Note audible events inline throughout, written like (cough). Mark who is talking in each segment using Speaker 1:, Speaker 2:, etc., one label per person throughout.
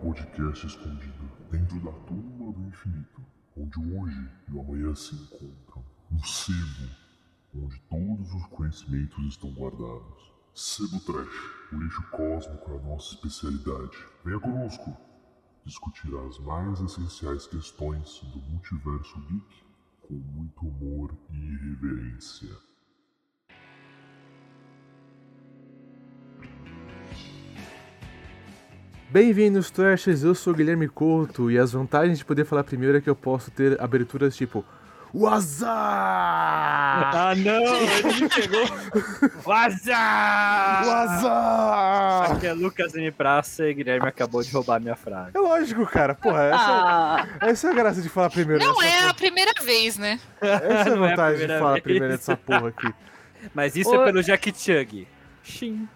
Speaker 1: podcast escondido dentro da tumba do infinito, onde o hoje e o amanhã se encontram. Um sebo onde todos os conhecimentos estão guardados. Sebo Trash, o lixo cósmico é a nossa especialidade. Venha conosco discutir as mais essenciais questões do multiverso geek com muito humor e irreverência.
Speaker 2: Bem-vindos, Trashers! Eu sou o Guilherme Couto e as vantagens de poder falar primeiro é que eu posso ter aberturas tipo Waza!
Speaker 3: (laughs) Ah,
Speaker 4: (laughs)
Speaker 3: não! Ele chegou! Vaza!
Speaker 2: Waza!
Speaker 3: Aqui é Lucas M. Praça e Guilherme acabou de roubar minha frase.
Speaker 2: É lógico, cara, porra, essa,
Speaker 5: Ah,
Speaker 2: essa é a graça de falar primeiro.
Speaker 4: Não
Speaker 2: nessa
Speaker 4: é a
Speaker 2: porra.
Speaker 4: primeira vez, né?
Speaker 2: Essa é a
Speaker 3: Não é a
Speaker 2: vantagem de
Speaker 3: primeira
Speaker 2: falar
Speaker 3: vez.
Speaker 2: primeiro dessa porra aqui.
Speaker 3: Mas isso é
Speaker 5: Ô.
Speaker 3: pelo Jack Chug. Sim.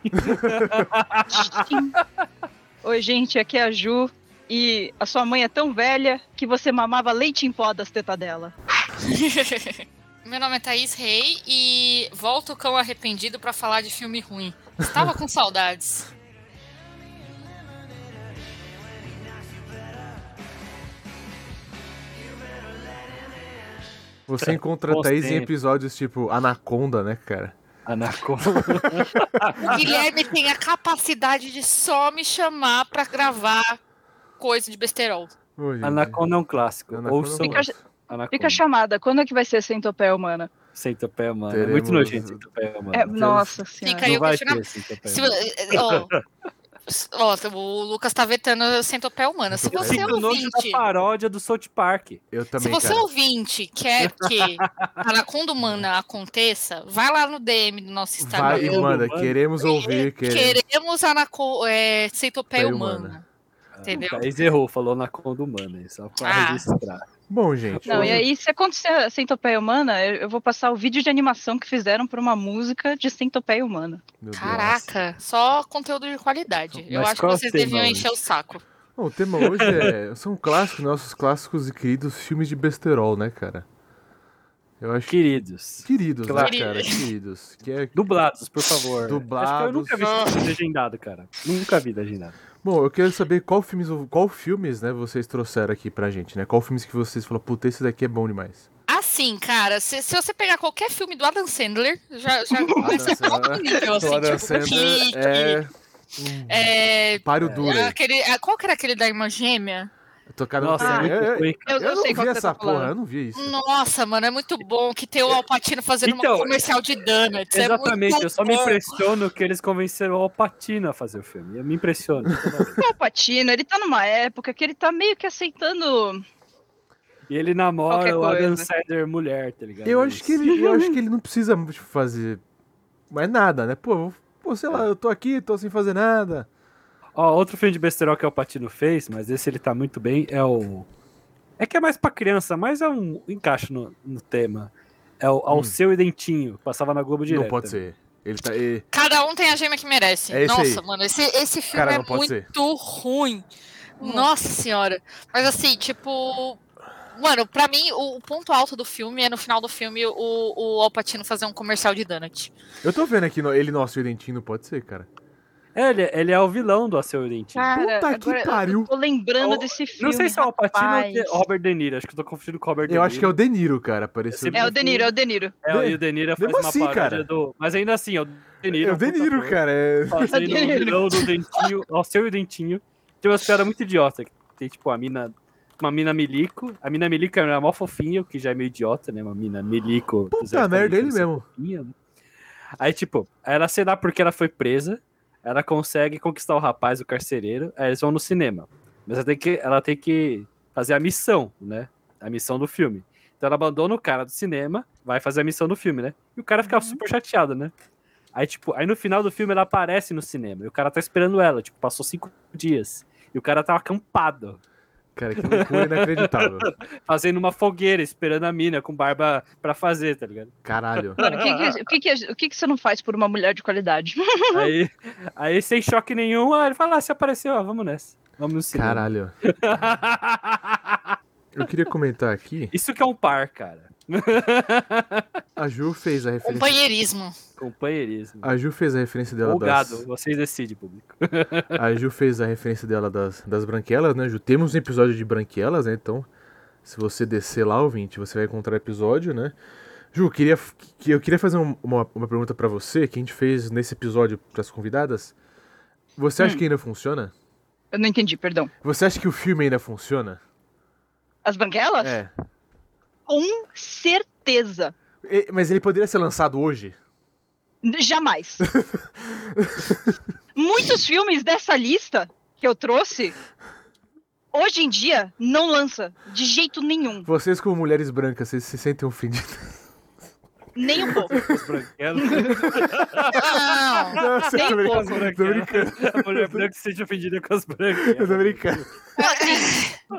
Speaker 5: (laughs) Oi, gente, aqui é a Ju. E a sua mãe é tão velha que você mamava leite em pó das tetas dela.
Speaker 4: (laughs) Meu nome é Thaís Rey e volto o cão arrependido pra falar de filme ruim. Estava com saudades.
Speaker 2: Você encontra a
Speaker 3: Bons
Speaker 2: Thaís em
Speaker 3: tempos.
Speaker 2: episódios tipo Anaconda, né, cara?
Speaker 3: Anaconda.
Speaker 4: O Guilherme tem a capacidade de só me chamar pra gravar coisa de besterol.
Speaker 2: Ô, gente.
Speaker 3: Anaconda é um clássico.
Speaker 2: Anaconda
Speaker 3: Ouçam
Speaker 2: é um
Speaker 5: Fica,
Speaker 2: clássico.
Speaker 3: Anaconda.
Speaker 5: fica a chamada. Quando é que vai ser centopéia humana?
Speaker 3: Sem topé, mano. É
Speaker 2: Teremos-
Speaker 3: muito nojento sem topé, mano.
Speaker 2: Ah,
Speaker 5: É, nossa
Speaker 4: Fica
Speaker 5: senhora.
Speaker 4: aí
Speaker 3: Não
Speaker 4: o
Speaker 3: vai ter
Speaker 4: questionamento.
Speaker 3: sem topé.
Speaker 4: Se, eh, ó, ó, o Lucas tá vetando a centopeia humana. Se
Speaker 2: Centopeia.
Speaker 4: você é
Speaker 3: Fica o nojo da
Speaker 4: ouvinte.
Speaker 3: paródia do South Park.
Speaker 2: Eu também,
Speaker 4: Se você
Speaker 2: cara.
Speaker 4: ouvinte quer
Speaker 2: (laughs)
Speaker 4: que a Anaconda Humana aconteça, vai lá no DM do nosso
Speaker 5: tá
Speaker 4: Instagram.
Speaker 2: Vai e manda, queremos ouvir, queremos.
Speaker 4: Queremos a anaco... é, centopeia
Speaker 2: Pé
Speaker 4: humana.
Speaker 2: humana.
Speaker 4: Entendeu?
Speaker 3: Ah, O Thaís errou, falou Anaconda humana. Só pra
Speaker 4: Ah.
Speaker 3: registrar.
Speaker 2: Bom, gente.
Speaker 5: Não,
Speaker 2: hoje-
Speaker 5: e aí, se acontecer a centopeia humana, eu eu vou passar o vídeo de animação que fizeram pra uma música de centopeia humana.
Speaker 2: Meu Deus.
Speaker 4: Caraca, só conteúdo de qualidade. Eu
Speaker 3: Então, Mas
Speaker 4: acho que
Speaker 3: qual
Speaker 4: vocês
Speaker 3: tema
Speaker 4: deviam
Speaker 3: hoje?
Speaker 4: encher o saco.
Speaker 2: Bom, o tema hoje é. São clássicos, nossos clássicos e queridos filmes de besterol, né, cara? Eu acho que.
Speaker 3: Queridos.
Speaker 2: Queridos, né,
Speaker 3: Claro.
Speaker 2: cara? Queridos. Que é...
Speaker 3: Dublados, por favor.
Speaker 2: Dublados.
Speaker 3: Acho que eu nunca vi esse filme legendado, cara. Nunca vi legendado.
Speaker 2: Bom, eu quero saber qual filmes, qual filmes, né, vocês trouxeram aqui pra gente, né? Qual filmes que vocês falaram, puta, esse daqui é bom demais.
Speaker 4: Assim, cara, se, se você pegar qualquer filme do Adam Sandler, já, já começa
Speaker 2: Sandler.
Speaker 3: (laughs)
Speaker 4: a outro nível, é assim,
Speaker 2: Adam
Speaker 4: tipo,
Speaker 2: Sandler
Speaker 4: Kick,
Speaker 2: é
Speaker 4: é,
Speaker 2: páreo duro.
Speaker 4: aquele, ah, qual que era aquele da irmã gêmea?
Speaker 2: Tocado
Speaker 3: Nossa,
Speaker 2: no
Speaker 3: é
Speaker 2: eu,
Speaker 3: muito
Speaker 2: eu,
Speaker 3: ruim,
Speaker 5: Eu, eu
Speaker 2: eu
Speaker 5: sei
Speaker 2: não vi
Speaker 5: qual que você
Speaker 2: essa
Speaker 5: tá
Speaker 2: porra, eu
Speaker 5: falando.
Speaker 2: não vi isso.
Speaker 4: Nossa, mano, é muito bom que tem o Alpatino fazendo
Speaker 3: Então,
Speaker 4: uma comercial de donuts. é
Speaker 3: Exatamente,
Speaker 4: muito
Speaker 3: eu só me
Speaker 4: bom.
Speaker 3: impressiono que eles convenceram o Alpatino a fazer o filme. Eu me impressiono.
Speaker 5: (laughs) O Alpatino, ele tá numa época que ele tá meio que aceitando.
Speaker 3: E ele namora
Speaker 5: Qualquer
Speaker 3: o Adam
Speaker 5: coisa.
Speaker 3: Sandler mulher, tá ligado?
Speaker 2: Eu acho que ele, eu acho que ele não precisa tipo, fazer mais nada, né? Pô, eu- pô, sei lá, eu tô aqui, tô sem fazer nada.
Speaker 3: Ó, outro filme de besterol que o Alpatino fez, mas esse ele tá muito bem, é o... É que é mais pra criança, mas é um encaixe no, no tema. É o Ao Seu Dentinho, passava na Globo Direto.
Speaker 2: Hum. Não pode ser. Ele tá e-
Speaker 4: Cada um tem a gema que merece.
Speaker 2: É esse
Speaker 4: Nossa,
Speaker 2: aí.
Speaker 4: mano, esse, esse filme
Speaker 2: Cara,
Speaker 4: é
Speaker 2: não pode
Speaker 4: muito
Speaker 2: ser.
Speaker 4: ruim. Nossa senhora. Mas assim, tipo. Mano, pra mim, o, o ponto alto do filme é no final do filme o, o Alpatino fazer um comercial de Donut.
Speaker 2: Eu tô vendo aqui, no- ele nosso identino pode ser, cara.
Speaker 3: É, ele, ele é o vilão do Ao Seu Dentinho.
Speaker 5: Cara,
Speaker 2: Puta que
Speaker 5: agora eu
Speaker 2: pariu.
Speaker 5: Tô lembrando
Speaker 3: Eu-
Speaker 5: desse filme.
Speaker 3: Não sei se é o Alpatino ou
Speaker 5: rapaz.
Speaker 3: de- Robert De Niro, acho que eu tô confundindo com o Robert De
Speaker 2: Eu
Speaker 3: Niro.
Speaker 2: acho que é o De Niro, cara, pareceu.
Speaker 5: É o De Niro, é o De Niro.
Speaker 3: É,
Speaker 2: De-
Speaker 3: e o De Niro faz
Speaker 2: mesmo
Speaker 3: uma
Speaker 2: assim,
Speaker 3: paródia
Speaker 2: cara.
Speaker 3: do... Mas ainda assim, é o De Niro.
Speaker 2: É o De
Speaker 3: puta
Speaker 2: Niro,
Speaker 3: ator.
Speaker 2: cara. é-
Speaker 3: fazendo
Speaker 5: Cadê
Speaker 3: o
Speaker 5: ele?
Speaker 3: vilão do dentinho, ao seu dentinho. Tem umas piadas muito idiota. que Tem, tipo, a mina. Uma mina milico. A mina milico é uma mó fofinha, o que já é meio idiota, né? Uma mina milico.
Speaker 2: Puta
Speaker 3: certamente,
Speaker 2: merda, é ele
Speaker 3: deve ser
Speaker 2: mesmo.
Speaker 3: fofinha, né? Aí, tipo, ela sei lá porque ela foi presa. Ela consegue conquistar o rapaz, o carcereiro. Aí eles vão no cinema. Mas ela tem que, ela tem que fazer a missão, né? A missão do filme. Então ela abandona o cara do cinema, vai fazer a missão do filme, né? E o cara fica super chateado, né? Aí, tipo, aí no final do filme ela aparece no cinema. E o cara tá esperando ela, tipo, passou cinco dias. E o cara tá acampado,
Speaker 2: Cara, que loucura inacreditável.
Speaker 3: fazendo uma fogueira, esperando a mina com barba pra fazer, tá ligado?
Speaker 2: Caralho.
Speaker 5: Mano, o que que- o que, que, o que que você não faz por uma mulher de qualidade? (laughs)
Speaker 3: Aí, aí sem choque nenhum, aí ele fala, ah, se apareceu, ó, vamos nessa. Vamos no cinema. (laughs)
Speaker 2: Caralho. Eu queria comentar aqui.
Speaker 3: Isso que é um par, cara.
Speaker 2: A Ju fez a
Speaker 4: Um
Speaker 2: referência.
Speaker 4: Companheirismo.
Speaker 3: Companheirismo.
Speaker 2: A Ju fez a referência dela
Speaker 3: Ou
Speaker 2: das.
Speaker 3: gado, vocês decidem, público.
Speaker 2: A Ju fez a referência dela das, das branquelas, né, Ju? Temos um episódio de branquelas, né? Então, se você descer lá, ouvinte, você vai encontrar episódio, né? Ju, queria, que- eu queria fazer um- uma, uma pergunta pra você, que a gente fez nesse episódio pras convidadas. Você acha
Speaker 5: Hum.
Speaker 2: que ainda funciona?
Speaker 5: Eu não entendi, perdão.
Speaker 2: Você acha que o filme ainda funciona?
Speaker 5: As branquelas?
Speaker 2: É.
Speaker 5: Com certeza.
Speaker 2: E- Mas ele poderia ser lançado hoje?
Speaker 5: N- Jamais.
Speaker 3: (laughs)
Speaker 5: Muitos filmes dessa lista que eu trouxe, hoje em dia, não lança. De jeito nenhum.
Speaker 2: Vocês, como mulheres brancas, vocês se sentem ofendidas?
Speaker 5: Nem um pouco.
Speaker 3: Os (laughs) branquelos.
Speaker 4: Não.
Speaker 2: Não, você
Speaker 5: Nem
Speaker 2: tá brincando.
Speaker 5: pouco.
Speaker 3: As
Speaker 2: Tô
Speaker 3: branquelas.
Speaker 2: brincando,
Speaker 3: A mulher branca se sente ofendida com as
Speaker 2: eu tô
Speaker 3: branquelas.
Speaker 2: brincando.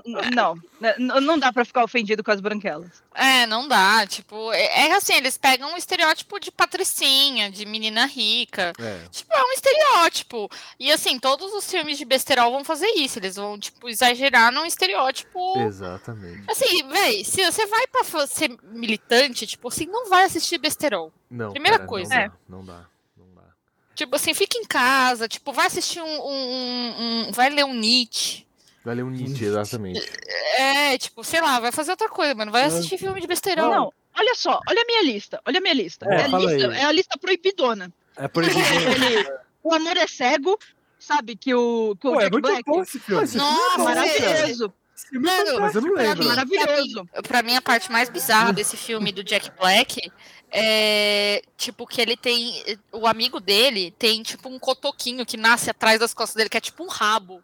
Speaker 5: N- Não. N- n- Não dá pra ficar ofendido com as branquelas.
Speaker 4: (laughs) É, não dá. Tipo, é, é assim, eles pegam um estereótipo de patricinha, de menina rica.
Speaker 2: É.
Speaker 4: Tipo, é um estereótipo. E assim, todos os filmes de besterol vão fazer isso. Eles vão, tipo, exagerar num estereótipo.
Speaker 2: Exatamente.
Speaker 4: Assim, véi, se você vai pra fa- ser militante, tipo assim, não vai assistir besterol.
Speaker 2: Não,
Speaker 4: Primeira
Speaker 2: cara,
Speaker 4: coisa.
Speaker 2: Não dá, não dá. Não dá.
Speaker 4: Tipo assim, fica em casa, tipo, vai assistir um. um- um- um- vai ler um Nietzsche.
Speaker 2: Vai ler um Nietzsche, exatamente.
Speaker 4: É, tipo, sei lá, vai fazer outra coisa, mano. Vai assistir filme de besterol.
Speaker 5: Não. Olha só, olha a minha lista. Olha a minha lista.
Speaker 3: É,
Speaker 5: É, a
Speaker 3: fala
Speaker 5: lista,
Speaker 3: aí.
Speaker 5: é a lista proibidona.
Speaker 3: É proibido.
Speaker 5: Ele- o amor é cego, sabe? Que o, que o
Speaker 3: Pô, é
Speaker 5: Jack
Speaker 3: muito
Speaker 5: Black
Speaker 3: bom esse filme.
Speaker 2: Mas-
Speaker 4: Nossa, é-
Speaker 5: maravilhoso,
Speaker 3: Esse filme é
Speaker 4: Mano,
Speaker 2: Mas eu não
Speaker 4: pra
Speaker 2: lembro.
Speaker 4: mim-
Speaker 5: maravilhoso.
Speaker 4: Pra mim, a parte mais bizarra desse filme do Jack Black é, tipo, que ele tem, o amigo dele tem, tipo, um cotoquinho que nasce atrás das costas dele, que é tipo um rabo.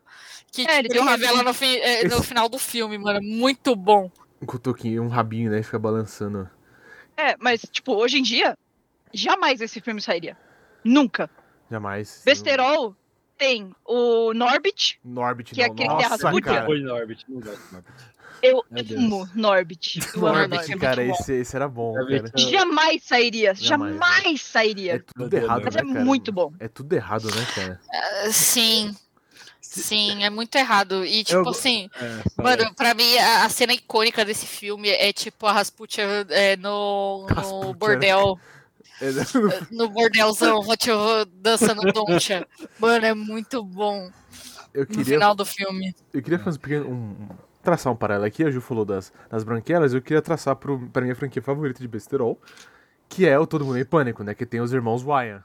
Speaker 4: Que
Speaker 5: É, ele
Speaker 4: tipo,
Speaker 5: tem
Speaker 4: ele
Speaker 5: um
Speaker 4: revela
Speaker 5: rabinho.
Speaker 4: no, fi- é, no
Speaker 2: Esse-
Speaker 4: final do filme, mano. Muito bom.
Speaker 2: Um cutuquinho, um rabinho, né? Fica balançando.
Speaker 5: É, mas, tipo, hoje em dia, jamais esse filme sairia. Nunca.
Speaker 2: Jamais.
Speaker 5: Besterol tem o Norbit.
Speaker 2: Norbit,
Speaker 5: que é
Speaker 2: não.
Speaker 5: aquele
Speaker 2: Nossa,
Speaker 5: terrapúdia.
Speaker 2: cara.
Speaker 3: ruim, Norbit. Não gosto de Norbit.
Speaker 5: Eu
Speaker 3: Meu Deus.
Speaker 5: amo Norbit. Eu amo Norbit, é
Speaker 2: Norbit,
Speaker 5: muito
Speaker 2: cara,
Speaker 5: bom.
Speaker 2: esse, esse era bom, cara.
Speaker 3: Norbit.
Speaker 5: Jamais sairia,
Speaker 2: Jamais,
Speaker 5: jamais,
Speaker 2: né? É
Speaker 5: sairia.
Speaker 2: tudo errado,
Speaker 5: Mas
Speaker 2: né,
Speaker 5: é
Speaker 2: cara? (laughs)
Speaker 5: muito bom.
Speaker 2: É tudo errado, né, cara?
Speaker 4: Ah, Sim. Sim, é muito errado. E, tipo,
Speaker 3: go-
Speaker 4: assim,
Speaker 3: É,
Speaker 4: mano, pra mim, a, a cena icônica desse filme é, tipo, a Rasputia é, no,
Speaker 2: Rasputia, né?
Speaker 4: no bordel,
Speaker 2: É,
Speaker 4: no bordelzão, tipo,
Speaker 2: (laughs)
Speaker 4: dançando doncha. Mano, é muito bom.
Speaker 2: Eu
Speaker 4: No
Speaker 2: queria,
Speaker 4: final do filme.
Speaker 2: eu queria fazer um pequeno. um- um- traçar um paralelo aqui. A Ju falou das, das branquelas. Eu queria traçar pro, pra minha franquia favorita de besterol, que é o Todo Mundo em Pânico, né? Que tem os irmãos Wyan.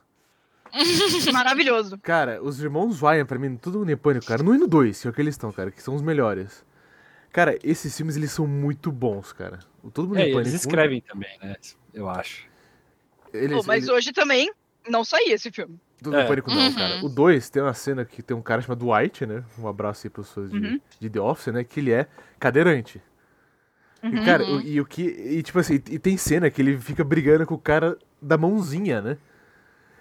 Speaker 5: Maravilhoso.
Speaker 2: Cara, os irmãos Wyan, pra mim, todo mundo em pânico, cara. No hino 2, que é o que eles estão, cara, que são os melhores. Cara, esses filmes, eles são muito bons, cara. O Todo Mundo
Speaker 3: É,
Speaker 2: em Pânico.
Speaker 3: eles escrevem também, né? Eu acho.
Speaker 2: Eles,
Speaker 5: Pô, mas
Speaker 2: eles-
Speaker 5: hoje também não saía esse filme.
Speaker 2: Todo Mundo em
Speaker 3: É.
Speaker 2: Pânico não,
Speaker 4: Uhum.
Speaker 2: cara. O 2 tem uma cena que tem um cara chamado White, né? Um abraço aí pros fãs de,
Speaker 5: Uhum.
Speaker 2: de The Office, né? Que ele é cadeirante. E, cara,
Speaker 5: Uhum.
Speaker 2: o- e o que. E tipo assim, e tem cena que ele fica brigando com o cara da mãozinha, né?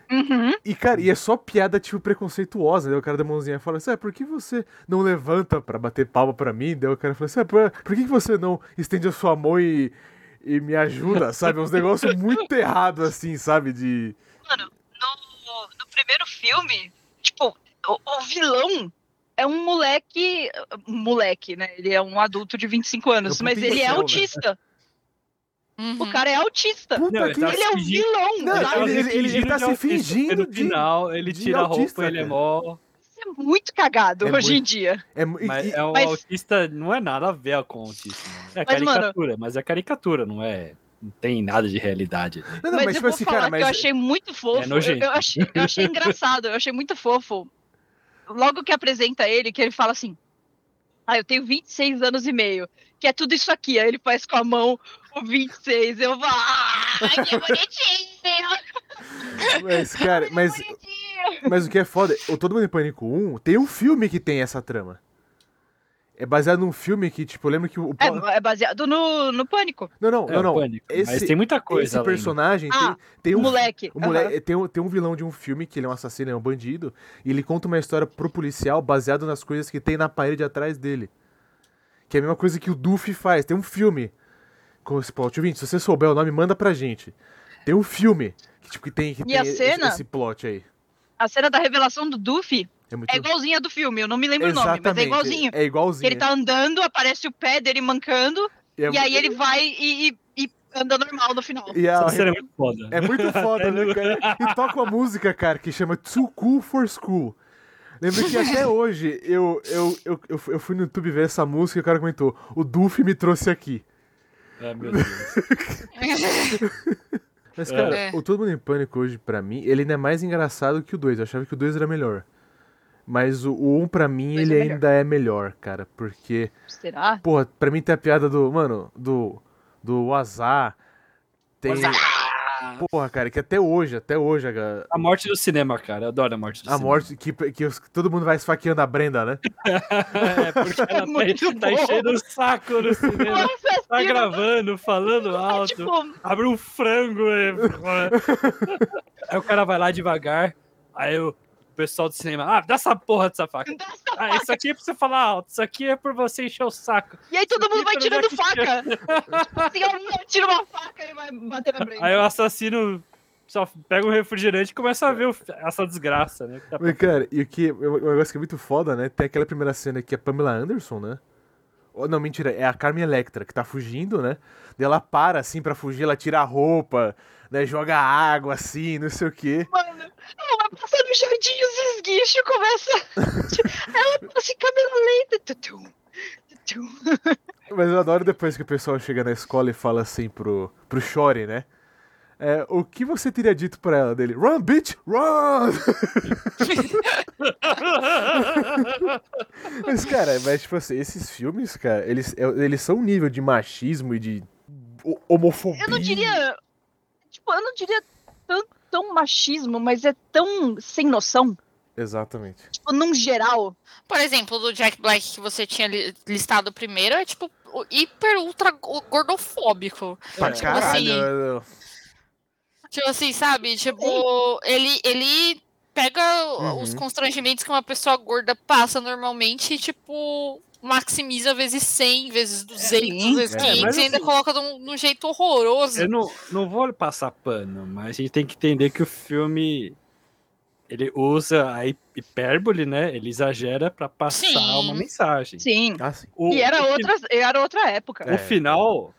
Speaker 5: Uhum.
Speaker 2: E, cara, e é só piada, tipo, preconceituosa, né? O cara da mãozinha fala assim, ah, por que você não levanta pra bater palma pra mim? Daí o cara fala assim, ah, por, por que que você não estende a sua mão e, e me ajuda, sabe? Uns negócios muito errados, assim, sabe? De...
Speaker 5: no, no primeiro filme, tipo, o, o vilão é um moleque. um Moleque, né? Ele é um adulto de 25 anos,
Speaker 2: É um
Speaker 5: mas ele é
Speaker 2: pincel, né?
Speaker 5: autista.
Speaker 4: Uhum.
Speaker 5: O cara é autista.
Speaker 2: Puta
Speaker 3: Não,
Speaker 2: que...
Speaker 3: tá
Speaker 5: Ele é um
Speaker 3: fingindo-
Speaker 5: vilão,
Speaker 2: Não,
Speaker 5: sabe?
Speaker 2: ele- ele- ele tá
Speaker 3: de
Speaker 2: se
Speaker 3: autista,
Speaker 2: fingindo
Speaker 3: porque No
Speaker 2: de-
Speaker 3: final, ele
Speaker 2: de
Speaker 3: tira a
Speaker 2: autista,
Speaker 3: roupa, ele é
Speaker 2: cara.
Speaker 3: mó.
Speaker 5: Isso é muito cagado
Speaker 2: É
Speaker 5: hoje em
Speaker 2: muito.
Speaker 5: dia.
Speaker 2: É, mu- e-
Speaker 3: Mas
Speaker 2: e-
Speaker 3: é um
Speaker 5: assim, mas-
Speaker 3: autista, não é nada a ver com o autista. né? É
Speaker 5: Mas, mano-
Speaker 3: caricatura, mas é caricatura, não é. Não tem nada de realidade. né? ali.
Speaker 2: Não, não, mas
Speaker 5: mas, eu
Speaker 2: tipo
Speaker 5: vou
Speaker 2: assim,
Speaker 5: falar
Speaker 2: cara,
Speaker 5: que eu
Speaker 2: mas...
Speaker 5: achei muito fofo.
Speaker 3: É
Speaker 5: eu,
Speaker 3: nojento.
Speaker 5: eu achei, eu achei engraçado, eu achei muito fofo. Logo que apresenta ele, que ele fala assim. Ah, eu tenho 26 anos e meio, que é tudo isso aqui. Aí ele faz com a mão o 26. Eu vou. "Ah!" Ai, que é bonitinho!
Speaker 2: Mas, cara, mas... Mas o que é foda, o Todo Mundo em Pânico 1 tem um filme que tem essa trama. É baseado num filme que, tipo, eu lembro que o...
Speaker 5: É, é baseado no, no pânico.
Speaker 2: Não, não,
Speaker 3: É,
Speaker 2: não, não.
Speaker 3: pânico, mas
Speaker 2: esse-
Speaker 3: tem muita coisa.
Speaker 2: Esse
Speaker 3: além.
Speaker 2: personagem
Speaker 5: Ah,
Speaker 2: tem, tem um
Speaker 5: moleque.
Speaker 2: O moleque, tem, um, tem um vilão de um filme que ele é um assassino, é um bandido, e ele conta uma história pro policial baseado nas coisas que tem na parede atrás dele. Que é a mesma coisa que o Duffy faz. Tem um filme com esse plot. Ouvinte, se você souber o nome, manda pra gente. Tem um filme que, tipo, que tem, que
Speaker 5: E
Speaker 2: tem
Speaker 5: a
Speaker 2: esse-
Speaker 5: cena?
Speaker 2: esse plot aí.
Speaker 5: A cena da revelação do Duffy
Speaker 2: É muito
Speaker 5: é igualzinha do filme. Eu não me lembro
Speaker 2: Exatamente.
Speaker 5: o nome, mas é igualzinho.
Speaker 2: É igualzinho.
Speaker 5: Que ele tá andando, aparece o pé dele mancando,
Speaker 2: É-
Speaker 5: e aí ele vai e, e- e anda normal no final.
Speaker 2: E a-
Speaker 3: Essa cena é muito foda.
Speaker 2: É muito foda, né,
Speaker 3: louco.
Speaker 2: cara? E toca uma música, cara, que chama Too Cool for School. Lembro que até hoje eu, eu, eu, eu, fu- eu fui no YouTube ver essa música e o cara comentou: O Duff me trouxe aqui.
Speaker 3: Ah, meu Deus.
Speaker 2: Mas, cara,
Speaker 4: É.
Speaker 2: o Todo Mundo em Pânico hoje, pra mim, ele ainda é mais engraçado que o 2. Eu achava que o 2 era melhor. Mas o 1, um, pra mim,
Speaker 5: Dois
Speaker 2: ele
Speaker 5: é melhor.
Speaker 2: ainda é melhor, cara. Porque
Speaker 5: Será?
Speaker 2: Porra, pra mim tem a piada do, mano, do. Do azar. Tem. Porra, cara, que até hoje, até hoje, a,
Speaker 3: A morte do cinema, cara. Eu adoro a morte do
Speaker 2: a
Speaker 3: cinema.
Speaker 2: morte. Que, que os- todo mundo vai esfaqueando a Brenda, né?
Speaker 3: (laughs) é, porque
Speaker 5: (laughs)
Speaker 3: ela
Speaker 5: Muito
Speaker 3: tá, tá
Speaker 5: bom.
Speaker 3: enchendo o saco no cinema.
Speaker 5: Nossa, essa
Speaker 3: Tá
Speaker 5: cena
Speaker 3: gravando, falando
Speaker 5: assim, tipo, é
Speaker 3: alto.
Speaker 5: (laughs) tipo,
Speaker 3: abre um frango. E... (laughs) aí o cara vai lá devagar. Aí o pessoal do cinema, ah, dá essa porra dessa faca. Ah, isso aqui é pra você falar alto, isso aqui é pra você encher o saco.
Speaker 5: E aí todo mundo vai
Speaker 3: Isso aqui
Speaker 5: tirando
Speaker 3: pra Jackie
Speaker 5: faca. Assim, alguém tira uma faca e vai bater na
Speaker 3: Aí
Speaker 5: frente.
Speaker 3: o assassino só pega um refrigerante e começa a ver o- essa desgraça, né? que tá
Speaker 2: (laughs)
Speaker 3: (laughs)
Speaker 2: Mas, cara, e o que. O o negócio que é muito foda, né? Tem aquela primeira cena que é a Pamela Anderson, né? Ou, não, mentira, é a Carmen Electra que tá fugindo, né? Daí ela para assim pra fugir, ela tira a roupa, né? Joga água assim, não sei o quê.
Speaker 5: Mano, ela vai passando no jardim e os esguichos começa. ela tá assim, passa em câmera lenta. Tutum, tutum.
Speaker 2: Mas eu adoro depois que o pessoal chega na escola e fala assim pro, pro Shore, né? É, o que você teria dito pra ela dele? Run, bitch! Run! mas, cara, mas, tipo assim, esses filmes, cara, eles, é- eles são um nível de machismo e de ho- homofobia.
Speaker 5: Eu não diria. Tipo, eu não diria tão, tão machismo, mas é tão sem noção.
Speaker 2: Exatamente.
Speaker 5: Tipo, num geral.
Speaker 4: Por exemplo, do Jack Black que você tinha li- listado primeiro é tipo o- hiper ultra go- gordofóbico.
Speaker 2: Pra
Speaker 4: tipo
Speaker 2: caralho.
Speaker 4: assim,
Speaker 2: eu-
Speaker 4: Tipo assim, sabe? Tipo, ele, ele pega o-
Speaker 2: Uhum.
Speaker 4: os constrangimentos que uma pessoa gorda passa normalmente e, tipo, maximiza vezes 100, vezes 200,
Speaker 5: sim.
Speaker 4: vezes
Speaker 2: É,
Speaker 4: 500
Speaker 3: mas
Speaker 4: e ainda
Speaker 3: assim-
Speaker 4: coloca de um, de um jeito horroroso.
Speaker 3: Eu não, não vou passar pano, mas a gente tem que entender que o filme ele usa a hi- hipérbole, né? Ele exagera pra passar
Speaker 4: Sim.
Speaker 3: uma mensagem.
Speaker 5: Sim.
Speaker 2: Ah, sim.
Speaker 3: O-
Speaker 5: E era
Speaker 3: o
Speaker 5: outra, era outra época.
Speaker 2: É.
Speaker 3: O final.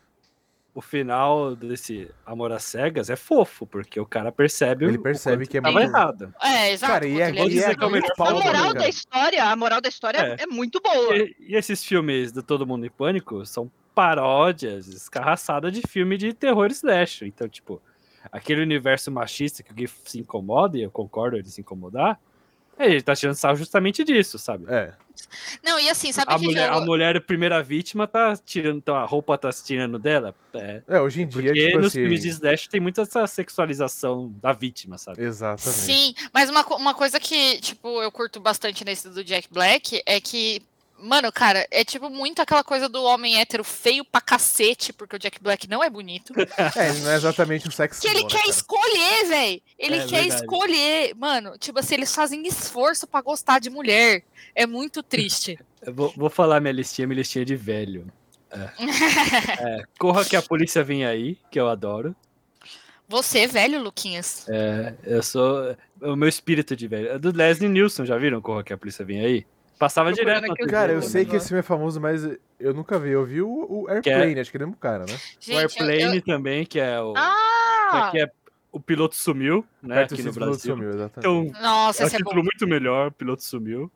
Speaker 3: O final desse Amor às Cegas é fofo, porque o cara percebe
Speaker 2: Ele
Speaker 3: o
Speaker 2: percebe
Speaker 3: quanto
Speaker 2: que é
Speaker 3: tava
Speaker 2: muito-
Speaker 3: errado.
Speaker 4: É, exato.
Speaker 2: Cara, e
Speaker 4: quanto
Speaker 2: é,
Speaker 4: ele
Speaker 2: e
Speaker 3: Vou
Speaker 2: é
Speaker 3: dizer que é o
Speaker 2: muito
Speaker 3: melhor
Speaker 5: A
Speaker 2: pau
Speaker 3: filme,
Speaker 2: também,
Speaker 5: moral
Speaker 2: cara.
Speaker 5: da história, a moral da história é, é muito boa.
Speaker 3: E, e esses filmes do Todo Mundo em Pânico são paródias, escarraçadas de filme de terror slash. Então, tipo, aquele universo machista que o Gui se incomoda, e eu concordo ele se incomodar, ele tá tirando sarro justamente disso, sabe?
Speaker 2: É.
Speaker 4: Não, e assim, sabe
Speaker 3: A
Speaker 4: o que que
Speaker 3: mulher,
Speaker 4: eu-
Speaker 3: a mulher, a primeira vítima, tá tirando, então a roupa tá se tirando dela. É.
Speaker 2: é, hoje em dia,
Speaker 3: Porque
Speaker 2: tipo
Speaker 3: nos
Speaker 2: assim...
Speaker 3: filmes de Slash tem muita essa sexualização da vítima, sabe?
Speaker 2: Exatamente.
Speaker 4: Sim, mas uma, co- uma coisa que, tipo, eu curto bastante nesse do Jack Black é que, mano, cara, é tipo muito aquela coisa do homem hétero feio pra cacete, porque o Jack Black não é bonito.
Speaker 2: É, ele não é exatamente um sexo.
Speaker 4: Que ele quer escolher, velho. Ele
Speaker 3: É,
Speaker 4: quer
Speaker 3: verdade.
Speaker 4: escolher. Mano, tipo assim, eles fazem esforço pra gostar de mulher. É muito triste.
Speaker 3: Eu vou, vou falar minha listinha, minha listinha de velho. É. É, Corra que a polícia vem aí, que eu adoro.
Speaker 4: Você é velho, Luquinhas.
Speaker 3: É, eu sou. é O meu espírito de velho. É do Leslie Nielsen, já viram Corra que a polícia vem aí? Passava
Speaker 5: Procurando
Speaker 3: direto. na
Speaker 5: aqui o
Speaker 3: TV,
Speaker 2: Cara, eu
Speaker 3: né?
Speaker 2: sei que esse filme é famoso, mas eu nunca vi. Eu vi o, o Airplane, acho que é o mesmo cara, né?
Speaker 3: O
Speaker 4: Gente, eu- eu-
Speaker 3: Airplane também, que é o.
Speaker 5: Ah!
Speaker 3: que é o piloto sumiu, né?
Speaker 2: Perto assim,
Speaker 3: aqui
Speaker 2: do
Speaker 3: no
Speaker 2: Simpsons
Speaker 3: Brasil.
Speaker 2: Sumiu, exatamente.
Speaker 3: Então,
Speaker 4: Nossa,
Speaker 3: é um
Speaker 4: esse é
Speaker 3: título
Speaker 4: bom.
Speaker 3: muito melhor, o piloto sumiu.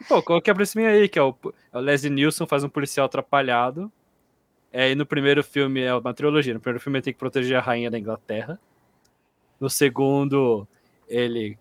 Speaker 3: E, Pô, qual que é a polícia vem aí? Que é o, é o Leslie Nielsen faz um policial atrapalhado. É, e no primeiro filme é uma trilogia. No primeiro filme ele tem que proteger a rainha da Inglaterra. No segundo, ele.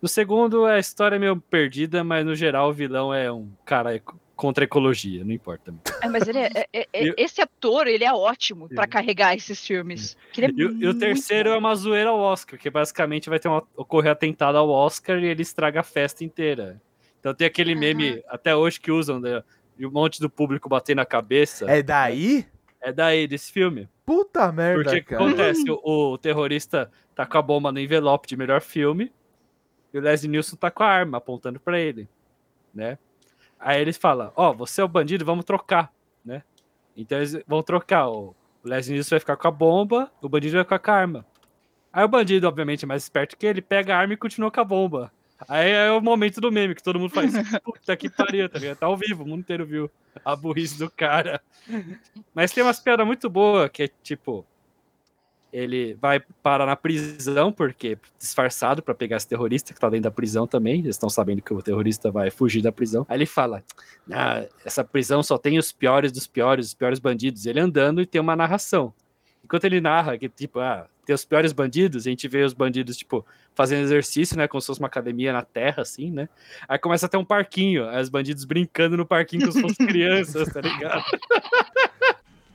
Speaker 3: No segundo, a história é meio perdida, mas no geral o vilão é um cara eco- contra a ecologia, não importa.
Speaker 5: É, mas ele é, é- é- é-
Speaker 3: E o-
Speaker 5: esse ator, ele é ótimo pra
Speaker 3: Sim.
Speaker 5: carregar esses filmes. Que ele é
Speaker 3: E, o- e o
Speaker 5: muito
Speaker 3: terceiro é
Speaker 5: bom.
Speaker 3: uma zoeira ao Oscar, que basicamente vai ter um, ocorrer atentado ao Oscar e ele estraga a festa inteira. Então tem aquele
Speaker 4: Uhum.
Speaker 3: meme até hoje que usam, né? E um monte do público bater na cabeça. É,
Speaker 2: É daí?
Speaker 3: daí desse filme.
Speaker 2: Puta merda,
Speaker 3: Porque o que
Speaker 2: cara.
Speaker 3: acontece? O, o terrorista tá com a bomba no envelope de melhor filme e o Leslie Nielsen tá com a arma apontando pra ele, né? Aí eles falam: Ó, você é o bandido, vamos trocar, né? Então eles vão trocar. O o Leslie Nielsen vai ficar com a bomba, o bandido vai ficar com a arma. Aí o bandido, obviamente, é mais esperto que ele, pega a arma e continua com a bomba. Aí é o momento do meme que todo mundo faz. (laughs) Puta que pariu, tá ligado? Tá ao vivo, o mundo inteiro viu a burrice do cara. Mas tem umas piadas muito boas que é tipo. Ele vai parar na prisão, porque disfarçado para pegar esse terrorista que tá dentro da prisão também. Eles estão sabendo que o terrorista vai fugir da prisão. Aí ele fala: "Ah, essa prisão só tem os piores dos piores, os piores bandidos. Ele andando e tem uma narração. Enquanto ele narra que, tipo, ah, tem os piores bandidos, a gente vê os bandidos, tipo, fazendo exercício, né? Como se fosse uma academia na terra, assim, né? Aí começa a ter um parquinho, aí os bandidos brincando no parquinho como se (laughs) fossem crianças, tá ligado?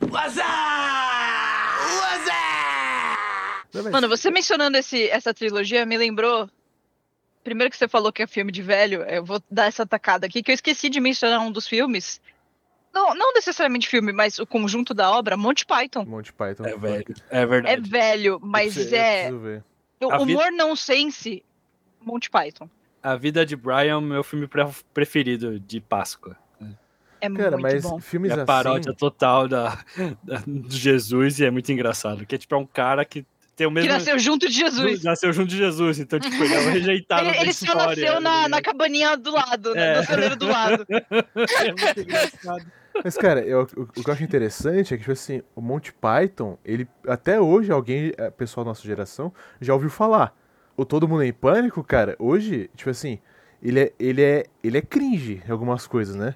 Speaker 2: Não, é mas-
Speaker 5: Mano, você mencionando esse, essa trilogia me lembrou. Primeiro que você falou que é filme de velho, eu vou dar essa tacada aqui, que eu esqueci de mencionar um dos filmes. Não, não necessariamente filme, mas o conjunto da obra, Monty Python.
Speaker 2: Monty Python.
Speaker 3: É, velho. É
Speaker 5: É
Speaker 3: verdade.
Speaker 5: velho, mas
Speaker 2: Eu preciso- eu
Speaker 5: é.
Speaker 2: preciso ver.
Speaker 5: O
Speaker 3: A vida-
Speaker 5: humor não sense, Monty Python.
Speaker 3: A Vida de Brian é o meu filme pre- preferido de Páscoa.
Speaker 5: É
Speaker 2: Cara,
Speaker 5: muito
Speaker 2: mas
Speaker 5: bom.
Speaker 2: filmes
Speaker 3: É a
Speaker 2: assim.
Speaker 3: paródia (laughs) total da, da- de Jesus e é muito engraçado. Que é tipo, é um cara que tem o
Speaker 5: Que
Speaker 3: mesmo.
Speaker 5: nasceu junto de Jesus.
Speaker 3: Ju- nasceu junto de Jesus, então, tipo,
Speaker 5: (laughs)
Speaker 3: ele é um
Speaker 2: tá
Speaker 3: rejeitado.
Speaker 5: Ele,
Speaker 3: da
Speaker 5: ele só
Speaker 3: história, tá
Speaker 5: nasceu na, na
Speaker 2: né?
Speaker 3: ligado?
Speaker 5: cabaninha do lado, né?
Speaker 3: É.
Speaker 5: No celeiro do
Speaker 2: (laughs)
Speaker 5: lado.
Speaker 3: É muito engraçado.
Speaker 2: Mas, cara, eu- o, o que eu acho interessante é que, tipo assim, o Monty Python, ele. Até hoje, alguém, eh, pessoal da nossa geração, já ouviu falar. O Todo Mundo em Pânico, cara, hoje, tipo assim, ele é, ele é, ele é cringe em algumas coisas, né?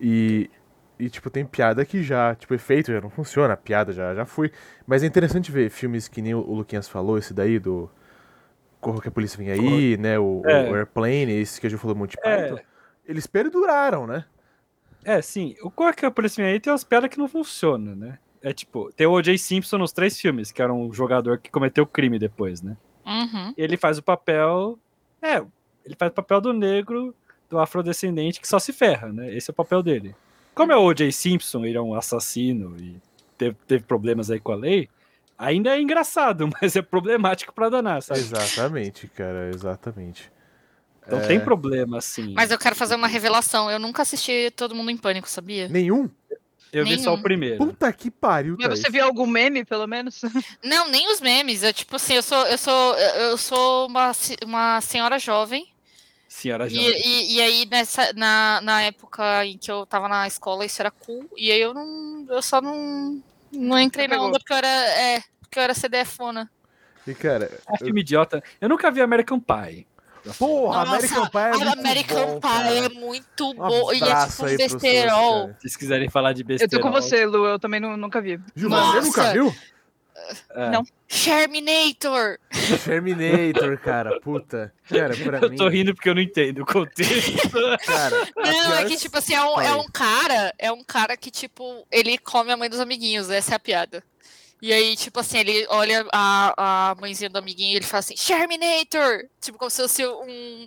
Speaker 2: E. E, tipo, tem piada que já, tipo, efeito já não funciona, a piada já, já foi. Mas é interessante ver filmes que nem o, o Luquinhas falou, esse daí do. Corra que a polícia vem aí, né? O, o
Speaker 3: É.
Speaker 2: Airplane, esse que a gente falou Monty
Speaker 3: É.
Speaker 2: Python. Eles perduraram, né?
Speaker 3: É, sim. O Cork Aparecimento aí tem umas piadas que não funcionam, né? É tipo, tem o O.J. Simpson nos três filmes, que era um jogador que cometeu crime depois, né?
Speaker 4: Uhum.
Speaker 3: Ele faz o papel. É, ele faz o papel do negro, do afrodescendente, que só se ferra, né? Esse é o papel dele. Como é o O.J. Simpson, ele é um assassino e teve, teve problemas aí com a lei, ainda é engraçado, (laughs) mas é problemático pra danar, sabe?
Speaker 2: Exatamente, cara, exatamente.
Speaker 3: Então
Speaker 2: É.
Speaker 3: tem problema, assim.
Speaker 4: Mas eu quero fazer uma revelação. Eu nunca assisti Todo Mundo em Pânico, sabia?
Speaker 2: Nenhum?
Speaker 3: Eu vi só o
Speaker 4: nenhum.
Speaker 3: primeiro.
Speaker 2: Puta que pariu,
Speaker 5: Mas
Speaker 2: Thaís.
Speaker 5: você viu algum meme, pelo menos?
Speaker 4: Não, nem os memes. Eu, tipo assim, eu sou, eu sou, eu sou uma, se- uma senhora jovem.
Speaker 3: Senhora
Speaker 4: E,
Speaker 3: Jones.
Speaker 4: e- e aí, nessa, na, na época em que eu tava na escola, isso era cool. E aí eu não. Eu só não, não entrei
Speaker 5: Não
Speaker 4: na
Speaker 5: pegou.
Speaker 4: onda porque eu era. É, porque eu era CDFona.
Speaker 2: E, cara,
Speaker 3: É filme idiota. Eu nunca vi American Pie.
Speaker 2: porra, American
Speaker 4: Nossa,
Speaker 2: Pie é muito
Speaker 4: American
Speaker 2: bom,
Speaker 4: Pie é
Speaker 2: cara.
Speaker 4: muito
Speaker 2: Um
Speaker 4: bom. E é
Speaker 2: abraço
Speaker 4: tipo um
Speaker 2: aí pros seus,
Speaker 4: besterol.
Speaker 2: cara.
Speaker 3: Se vocês quiserem falar de
Speaker 5: Eu
Speaker 3: besteira.
Speaker 5: tô com você, Lu, eu também nu- nunca vi.
Speaker 2: Gil,
Speaker 4: Nossa.
Speaker 2: você nunca viu?
Speaker 5: Não.
Speaker 4: Sherminator!
Speaker 2: Terminator, cara, puta. Cara, pra
Speaker 3: Eu
Speaker 2: mim,
Speaker 3: tô rindo porque eu
Speaker 2: (laughs)
Speaker 3: não entendo o contexto.
Speaker 2: cara... a
Speaker 4: Não, é
Speaker 2: pior-
Speaker 4: que, tipo assim, é um, é
Speaker 2: Fala aí.
Speaker 4: um cara, é um cara que, tipo, ele come a mãe dos amiguinhos, essa é a piada. E aí, tipo assim, ele olha a, a mãezinha do amiguinho e ele fala assim, Sherminator! Tipo, como se fosse um,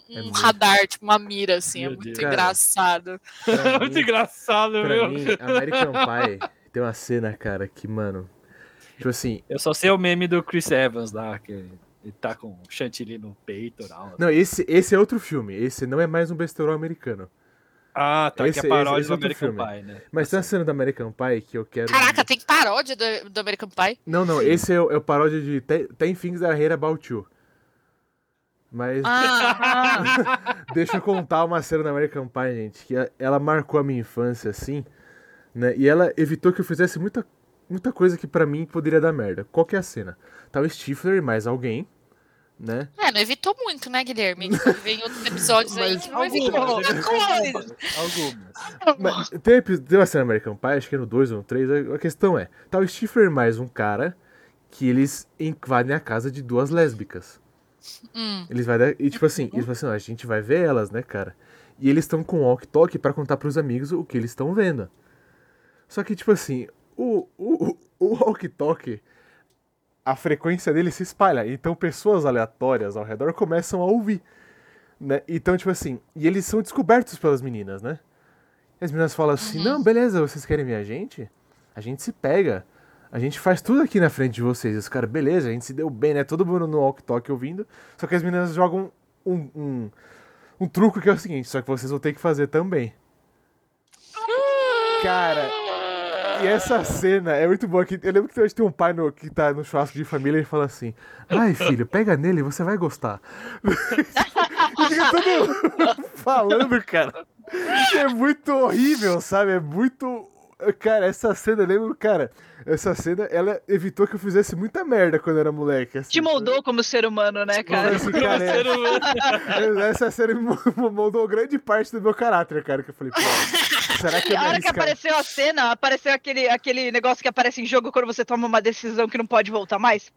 Speaker 2: É
Speaker 4: um
Speaker 2: muito-
Speaker 4: radar, tipo, uma mira, assim, é
Speaker 3: Meu
Speaker 4: muito
Speaker 3: Deus.
Speaker 2: Cara.
Speaker 4: engraçado.
Speaker 3: (laughs)
Speaker 2: pra
Speaker 3: É Muito
Speaker 2: mim-
Speaker 3: engraçado,
Speaker 2: Pra
Speaker 3: meu.
Speaker 2: mim, American Pie tem uma cena, cara, que, mano... Tipo assim,
Speaker 3: Eu só sei o meme do Chris Evans lá, que ele tá com chantilly no peito. né? Não.
Speaker 2: não, esse, esse é outro filme. Esse não é mais um besterol americano.
Speaker 3: Ah, tá,
Speaker 2: Esse-
Speaker 3: que é
Speaker 2: esse-
Speaker 3: paródia
Speaker 2: esse
Speaker 3: do
Speaker 2: é outro
Speaker 3: American
Speaker 2: filme.
Speaker 3: Pie, né?
Speaker 2: Mas tem uma cena do American Pie que eu quero...
Speaker 4: Caraca, tem paródia do, do American Pie?
Speaker 2: Não, não, esse é o, é o paródia de Ten Ten Things I Hate About You. Mas
Speaker 4: Ah,
Speaker 5: Ah,
Speaker 2: (laughs) deixa eu contar uma cena da American Pie, gente, que a- ela marcou a minha infância, assim, né? E ela evitou que eu fizesse muita, muita coisa que pra mim poderia dar merda. Qual que é a cena? Tá o Stifler e mais alguém, né?
Speaker 4: é, não evitou muito, né,
Speaker 2: (laughs)
Speaker 4: Guilherme? Tipo, Vem outros episódios aí
Speaker 2: Mas
Speaker 4: que não evitou
Speaker 2: algumas,
Speaker 4: muita coisa.
Speaker 2: (laughs)
Speaker 3: Algumas.
Speaker 5: ah.
Speaker 2: Mas tem, epi- tem uma cena do American Pie, acho que é no 2 ou no 3, a- a questão é, tá o Stifler e mais um cara que eles invadem a casa de duas lésbicas.
Speaker 4: Hum,
Speaker 2: Eles vai dar, e tipo assim, eles falam assim, ó, a gente vai ver elas, né, cara? E eles estão com walk talk pra contar pros amigos o que eles estão vendo. Só que tipo assim, o o o walk talk a frequência dele se espalha, então pessoas aleatórias ao redor começam a ouvir, né? Então tipo assim, e eles são descobertos pelas meninas, né? E as meninas falam assim: "Não, beleza, vocês querem ver a gente? A gente se pega. A gente faz tudo aqui na frente de vocês. E Os caras, beleza, a gente se deu bem, né? Todo mundo no walk-talk ouvindo. Só que as meninas jogam um, um, um truco que é o seguinte, só que vocês vão ter que fazer também. Cara, e essa cena é muito boa. Que eu lembro que hoje tem um pai no- que tá no churrasco de família e fala assim: Ai, filho, pega nele, você vai gostar. (laughs) E fica (laughs) todo mundo falando, cara. É muito horrível, sabe? É muito. Cara, essa cena, eu lembro, cara, essa cena, ela evitou que eu fizesse muita merda quando eu era moleque. assim,
Speaker 5: Te moldou como ser humano, né, cara?
Speaker 2: Esse cara é- Essa série mo- mo- moldou grande parte do meu caráter, cara. Que eu falei, pô, será que
Speaker 5: (laughs) E
Speaker 2: eu
Speaker 5: a
Speaker 2: me
Speaker 5: hora que
Speaker 2: arriscar?
Speaker 5: apareceu a cena, apareceu aquele, aquele negócio que aparece em jogo quando você toma uma decisão que não pode
Speaker 2: (laughs)
Speaker 5: voltar mais.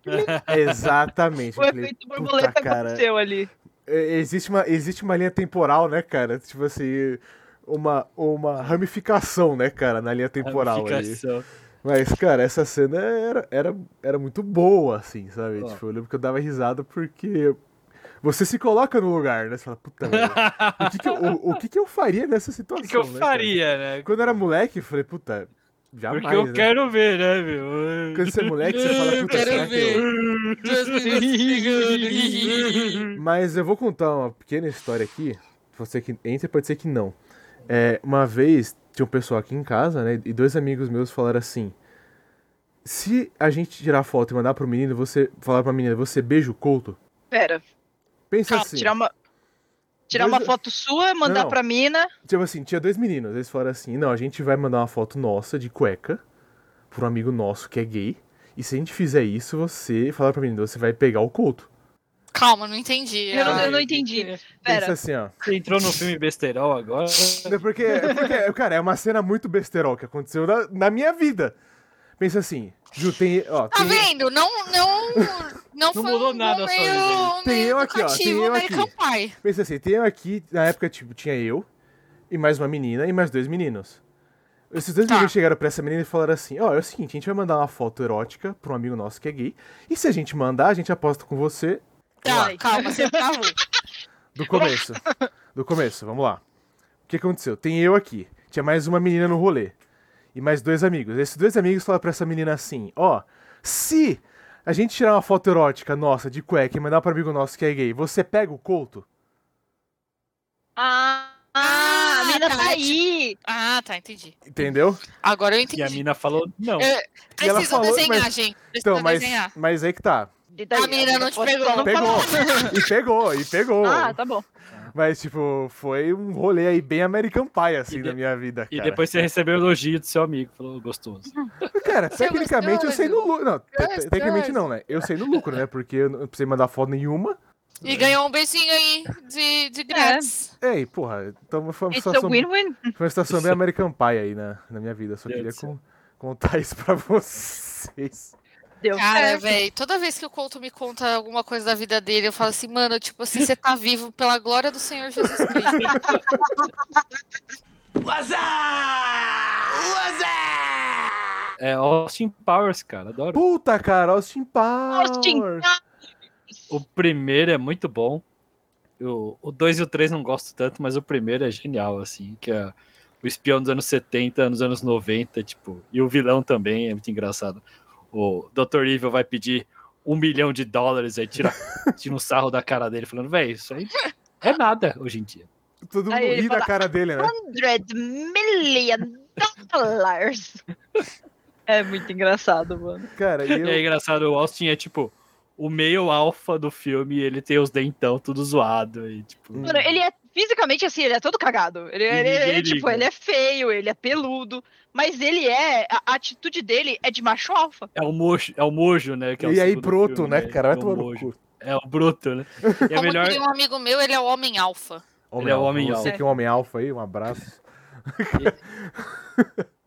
Speaker 2: Exatamente.
Speaker 5: O
Speaker 2: eu É. falei,
Speaker 5: efeito
Speaker 2: "Puta,
Speaker 5: borboleta
Speaker 2: cara,
Speaker 5: aconteceu ali.
Speaker 2: é, existe, uma, existe uma linha temporal, né, cara? Tipo assim, uma, uma ramificação, né, cara, na linha temporal ali.
Speaker 3: Ramificação.
Speaker 2: Mas, cara, essa cena era, era, era muito boa, assim, sabe?
Speaker 3: Ó.
Speaker 2: Tipo, eu lembro que eu dava risada porque você se coloca no lugar, né? Você fala, puta, velho, o, que que eu, o, o que que eu faria nessa
Speaker 3: O
Speaker 2: situação?
Speaker 3: que, que eu
Speaker 2: né, cara?
Speaker 3: faria, né?
Speaker 2: Quando eu era moleque, eu falei, puta, jamais.
Speaker 3: Porque eu
Speaker 2: né?
Speaker 3: quero ver, né, meu?
Speaker 2: Quando você é moleque, você fala, puta,
Speaker 4: quero
Speaker 2: será que eu-
Speaker 4: Duas meninas
Speaker 3: (laughs)
Speaker 4: brigando.
Speaker 2: Mas eu vou contar uma pequena história aqui. Pode ser que entre, pode ser que não. É, uma vez tinha um pessoal aqui em casa, né? E dois amigos meus falaram assim: Se a gente tirar foto e mandar pro menino, você falar pra menina, você beija o couto?
Speaker 5: Pera,
Speaker 2: Pensa
Speaker 4: Calma,
Speaker 2: Tipo assim.
Speaker 5: tirar uma. Tirar
Speaker 2: Dois-
Speaker 5: uma foto sua, mandar
Speaker 2: Não.
Speaker 5: pra mina.
Speaker 2: Tipo assim, tinha dois meninos. Eles falaram assim: Não, a gente vai mandar uma foto nossa de cueca pra um amigo nosso que é gay. E se a gente fizer isso, você falar pra menina, você vai pegar o couto.
Speaker 4: Calma, não entendi.
Speaker 5: Eu não,
Speaker 4: Ah,
Speaker 5: eu não entendi.
Speaker 2: Pensa
Speaker 5: Pera,
Speaker 2: assim, ó.
Speaker 3: Você entrou no filme Besterol agora.
Speaker 2: É porque, é porque, cara, é uma cena muito besterol que aconteceu na, na minha vida. Pensa assim, Ju, tem. Ó,
Speaker 4: Tá
Speaker 2: tem,
Speaker 4: vendo? Não, não, não, foi
Speaker 3: mudou
Speaker 4: um
Speaker 3: nada a sua
Speaker 4: meio,
Speaker 3: vida.
Speaker 4: meio
Speaker 2: Tem eu aqui, ó, tem
Speaker 4: educativo, né?
Speaker 2: eu
Speaker 4: meio
Speaker 2: aqui.
Speaker 4: campai.
Speaker 2: pensa assim, tem eu aqui, na época, tipo, tinha eu e mais uma menina e mais dois meninos. Esses dois
Speaker 4: Tá.
Speaker 2: meninos chegaram pra essa menina e falaram assim: Ó, é o seguinte, a gente vai mandar uma foto erótica pra um amigo nosso que é gay. E se a gente mandar, a gente aposta com você
Speaker 4: Tá,
Speaker 5: Vai.
Speaker 4: calma, você tá ruim.
Speaker 2: do começo. do começo, vamos lá. O que aconteceu? Tem eu aqui, tinha mais uma menina no rolê. E mais dois amigos. Esses dois amigos falaram pra essa menina assim: Ó, se a gente tirar uma foto erótica nossa de cueca e mandar pra amigo nosso que é gay, você pega o couto?
Speaker 5: ah, ah, a mina
Speaker 4: tá,
Speaker 5: tá, aí.
Speaker 4: Ah, tá, entendi.
Speaker 2: Entendeu?
Speaker 4: Agora eu
Speaker 3: E
Speaker 4: entendi.
Speaker 3: a mina falou, não.
Speaker 4: É,
Speaker 2: E ela
Speaker 4: Precisa
Speaker 2: falou,
Speaker 4: desenhar,
Speaker 2: mas-
Speaker 4: gente. Precisa
Speaker 2: Então, mas,
Speaker 4: desenhar.
Speaker 2: mas aí que tá.
Speaker 5: E daí?
Speaker 4: A mina não te
Speaker 5: Ela
Speaker 4: pegou.
Speaker 5: não
Speaker 2: Pegou.
Speaker 5: falou.
Speaker 2: E pegou, e pegou.
Speaker 5: Ah, tá bom.
Speaker 2: Mas, tipo, foi um rolê aí bem American Pie, assim,
Speaker 3: E de-
Speaker 2: na minha vida,
Speaker 3: E
Speaker 2: cara. é.
Speaker 3: depois você recebeu elogio do seu amigo, falou gostoso.
Speaker 2: Cara,
Speaker 4: Seu
Speaker 2: tecnicamente eu sei no lucro. Não, te- te-
Speaker 4: Gostoso.
Speaker 2: tecnicamente não, né? Eu sei no lucro, né? Porque eu não precisei mandar foto nenhuma.
Speaker 4: E ganhou um beijinho aí de, de grátis.
Speaker 2: É, e porra, então foi uma
Speaker 4: é
Speaker 5: It's a
Speaker 2: situação, foi
Speaker 5: win-win.
Speaker 2: uma situação bem American Pie aí na, na minha vida. Eu só
Speaker 3: Meu
Speaker 2: queria
Speaker 3: Deus do
Speaker 2: con- contar (laughs) isso pra vocês.
Speaker 5: Deu
Speaker 4: Cara,
Speaker 5: Tá certo.
Speaker 4: velho, toda vez que o Couto me conta alguma coisa da vida dele, eu falo assim, mano, tipo assim, você tá vivo pela glória do Senhor Jesus
Speaker 2: (laughs)
Speaker 4: Cristo.
Speaker 3: É Austin Powers, cara, adoro.
Speaker 2: Puta, cara, Austin Powers.
Speaker 5: Austin
Speaker 3: O primeiro é muito bom. O- O 2 e o 3 não gosto tanto, mas o primeiro é genial, assim, que é o espião dos anos 70, anos anos 90, tipo, e o vilão também é muito engraçado. O Dr. Evil vai pedir um milhão de dólares
Speaker 2: (laughs)
Speaker 3: aí tira, tira um sarro da cara dele, falando, véi, isso aí é nada hoje em dia.
Speaker 2: Todo mundo
Speaker 5: Aí ele
Speaker 2: ri da
Speaker 5: fala,
Speaker 2: cara dele, né?
Speaker 5: 100 million dollars. É muito engraçado, mano.
Speaker 2: Cara, e
Speaker 3: E é
Speaker 2: eu...
Speaker 3: engraçado, o Austin é tipo o meio alfa do filme, e ele tem os dentão tudo zoado e tipo.
Speaker 2: Hum.
Speaker 5: Mano, ele é fisicamente assim, ele é todo cagado. Ele, ele-
Speaker 3: ninguém
Speaker 5: ele, tipo,
Speaker 3: liga.
Speaker 5: ele é feio, ele é peludo, mas ele é. A, a atitude dele é de macho alfa.
Speaker 3: É o mojo, é o mojo, né? que é o
Speaker 2: E aí,
Speaker 3: segundo
Speaker 2: broto,
Speaker 3: filme,
Speaker 2: né, cara? Vai
Speaker 3: É o
Speaker 2: tomar no
Speaker 3: mojo.
Speaker 2: cu.
Speaker 3: É o bruto, né? E é
Speaker 4: Como
Speaker 3: melhor.
Speaker 4: tem um amigo meu, ele é o homem alfa.
Speaker 2: Homem
Speaker 3: Ele é o
Speaker 2: alfa.
Speaker 3: homem
Speaker 2: Você
Speaker 5: alfa.
Speaker 2: que é um homem alfa aí, um abraço.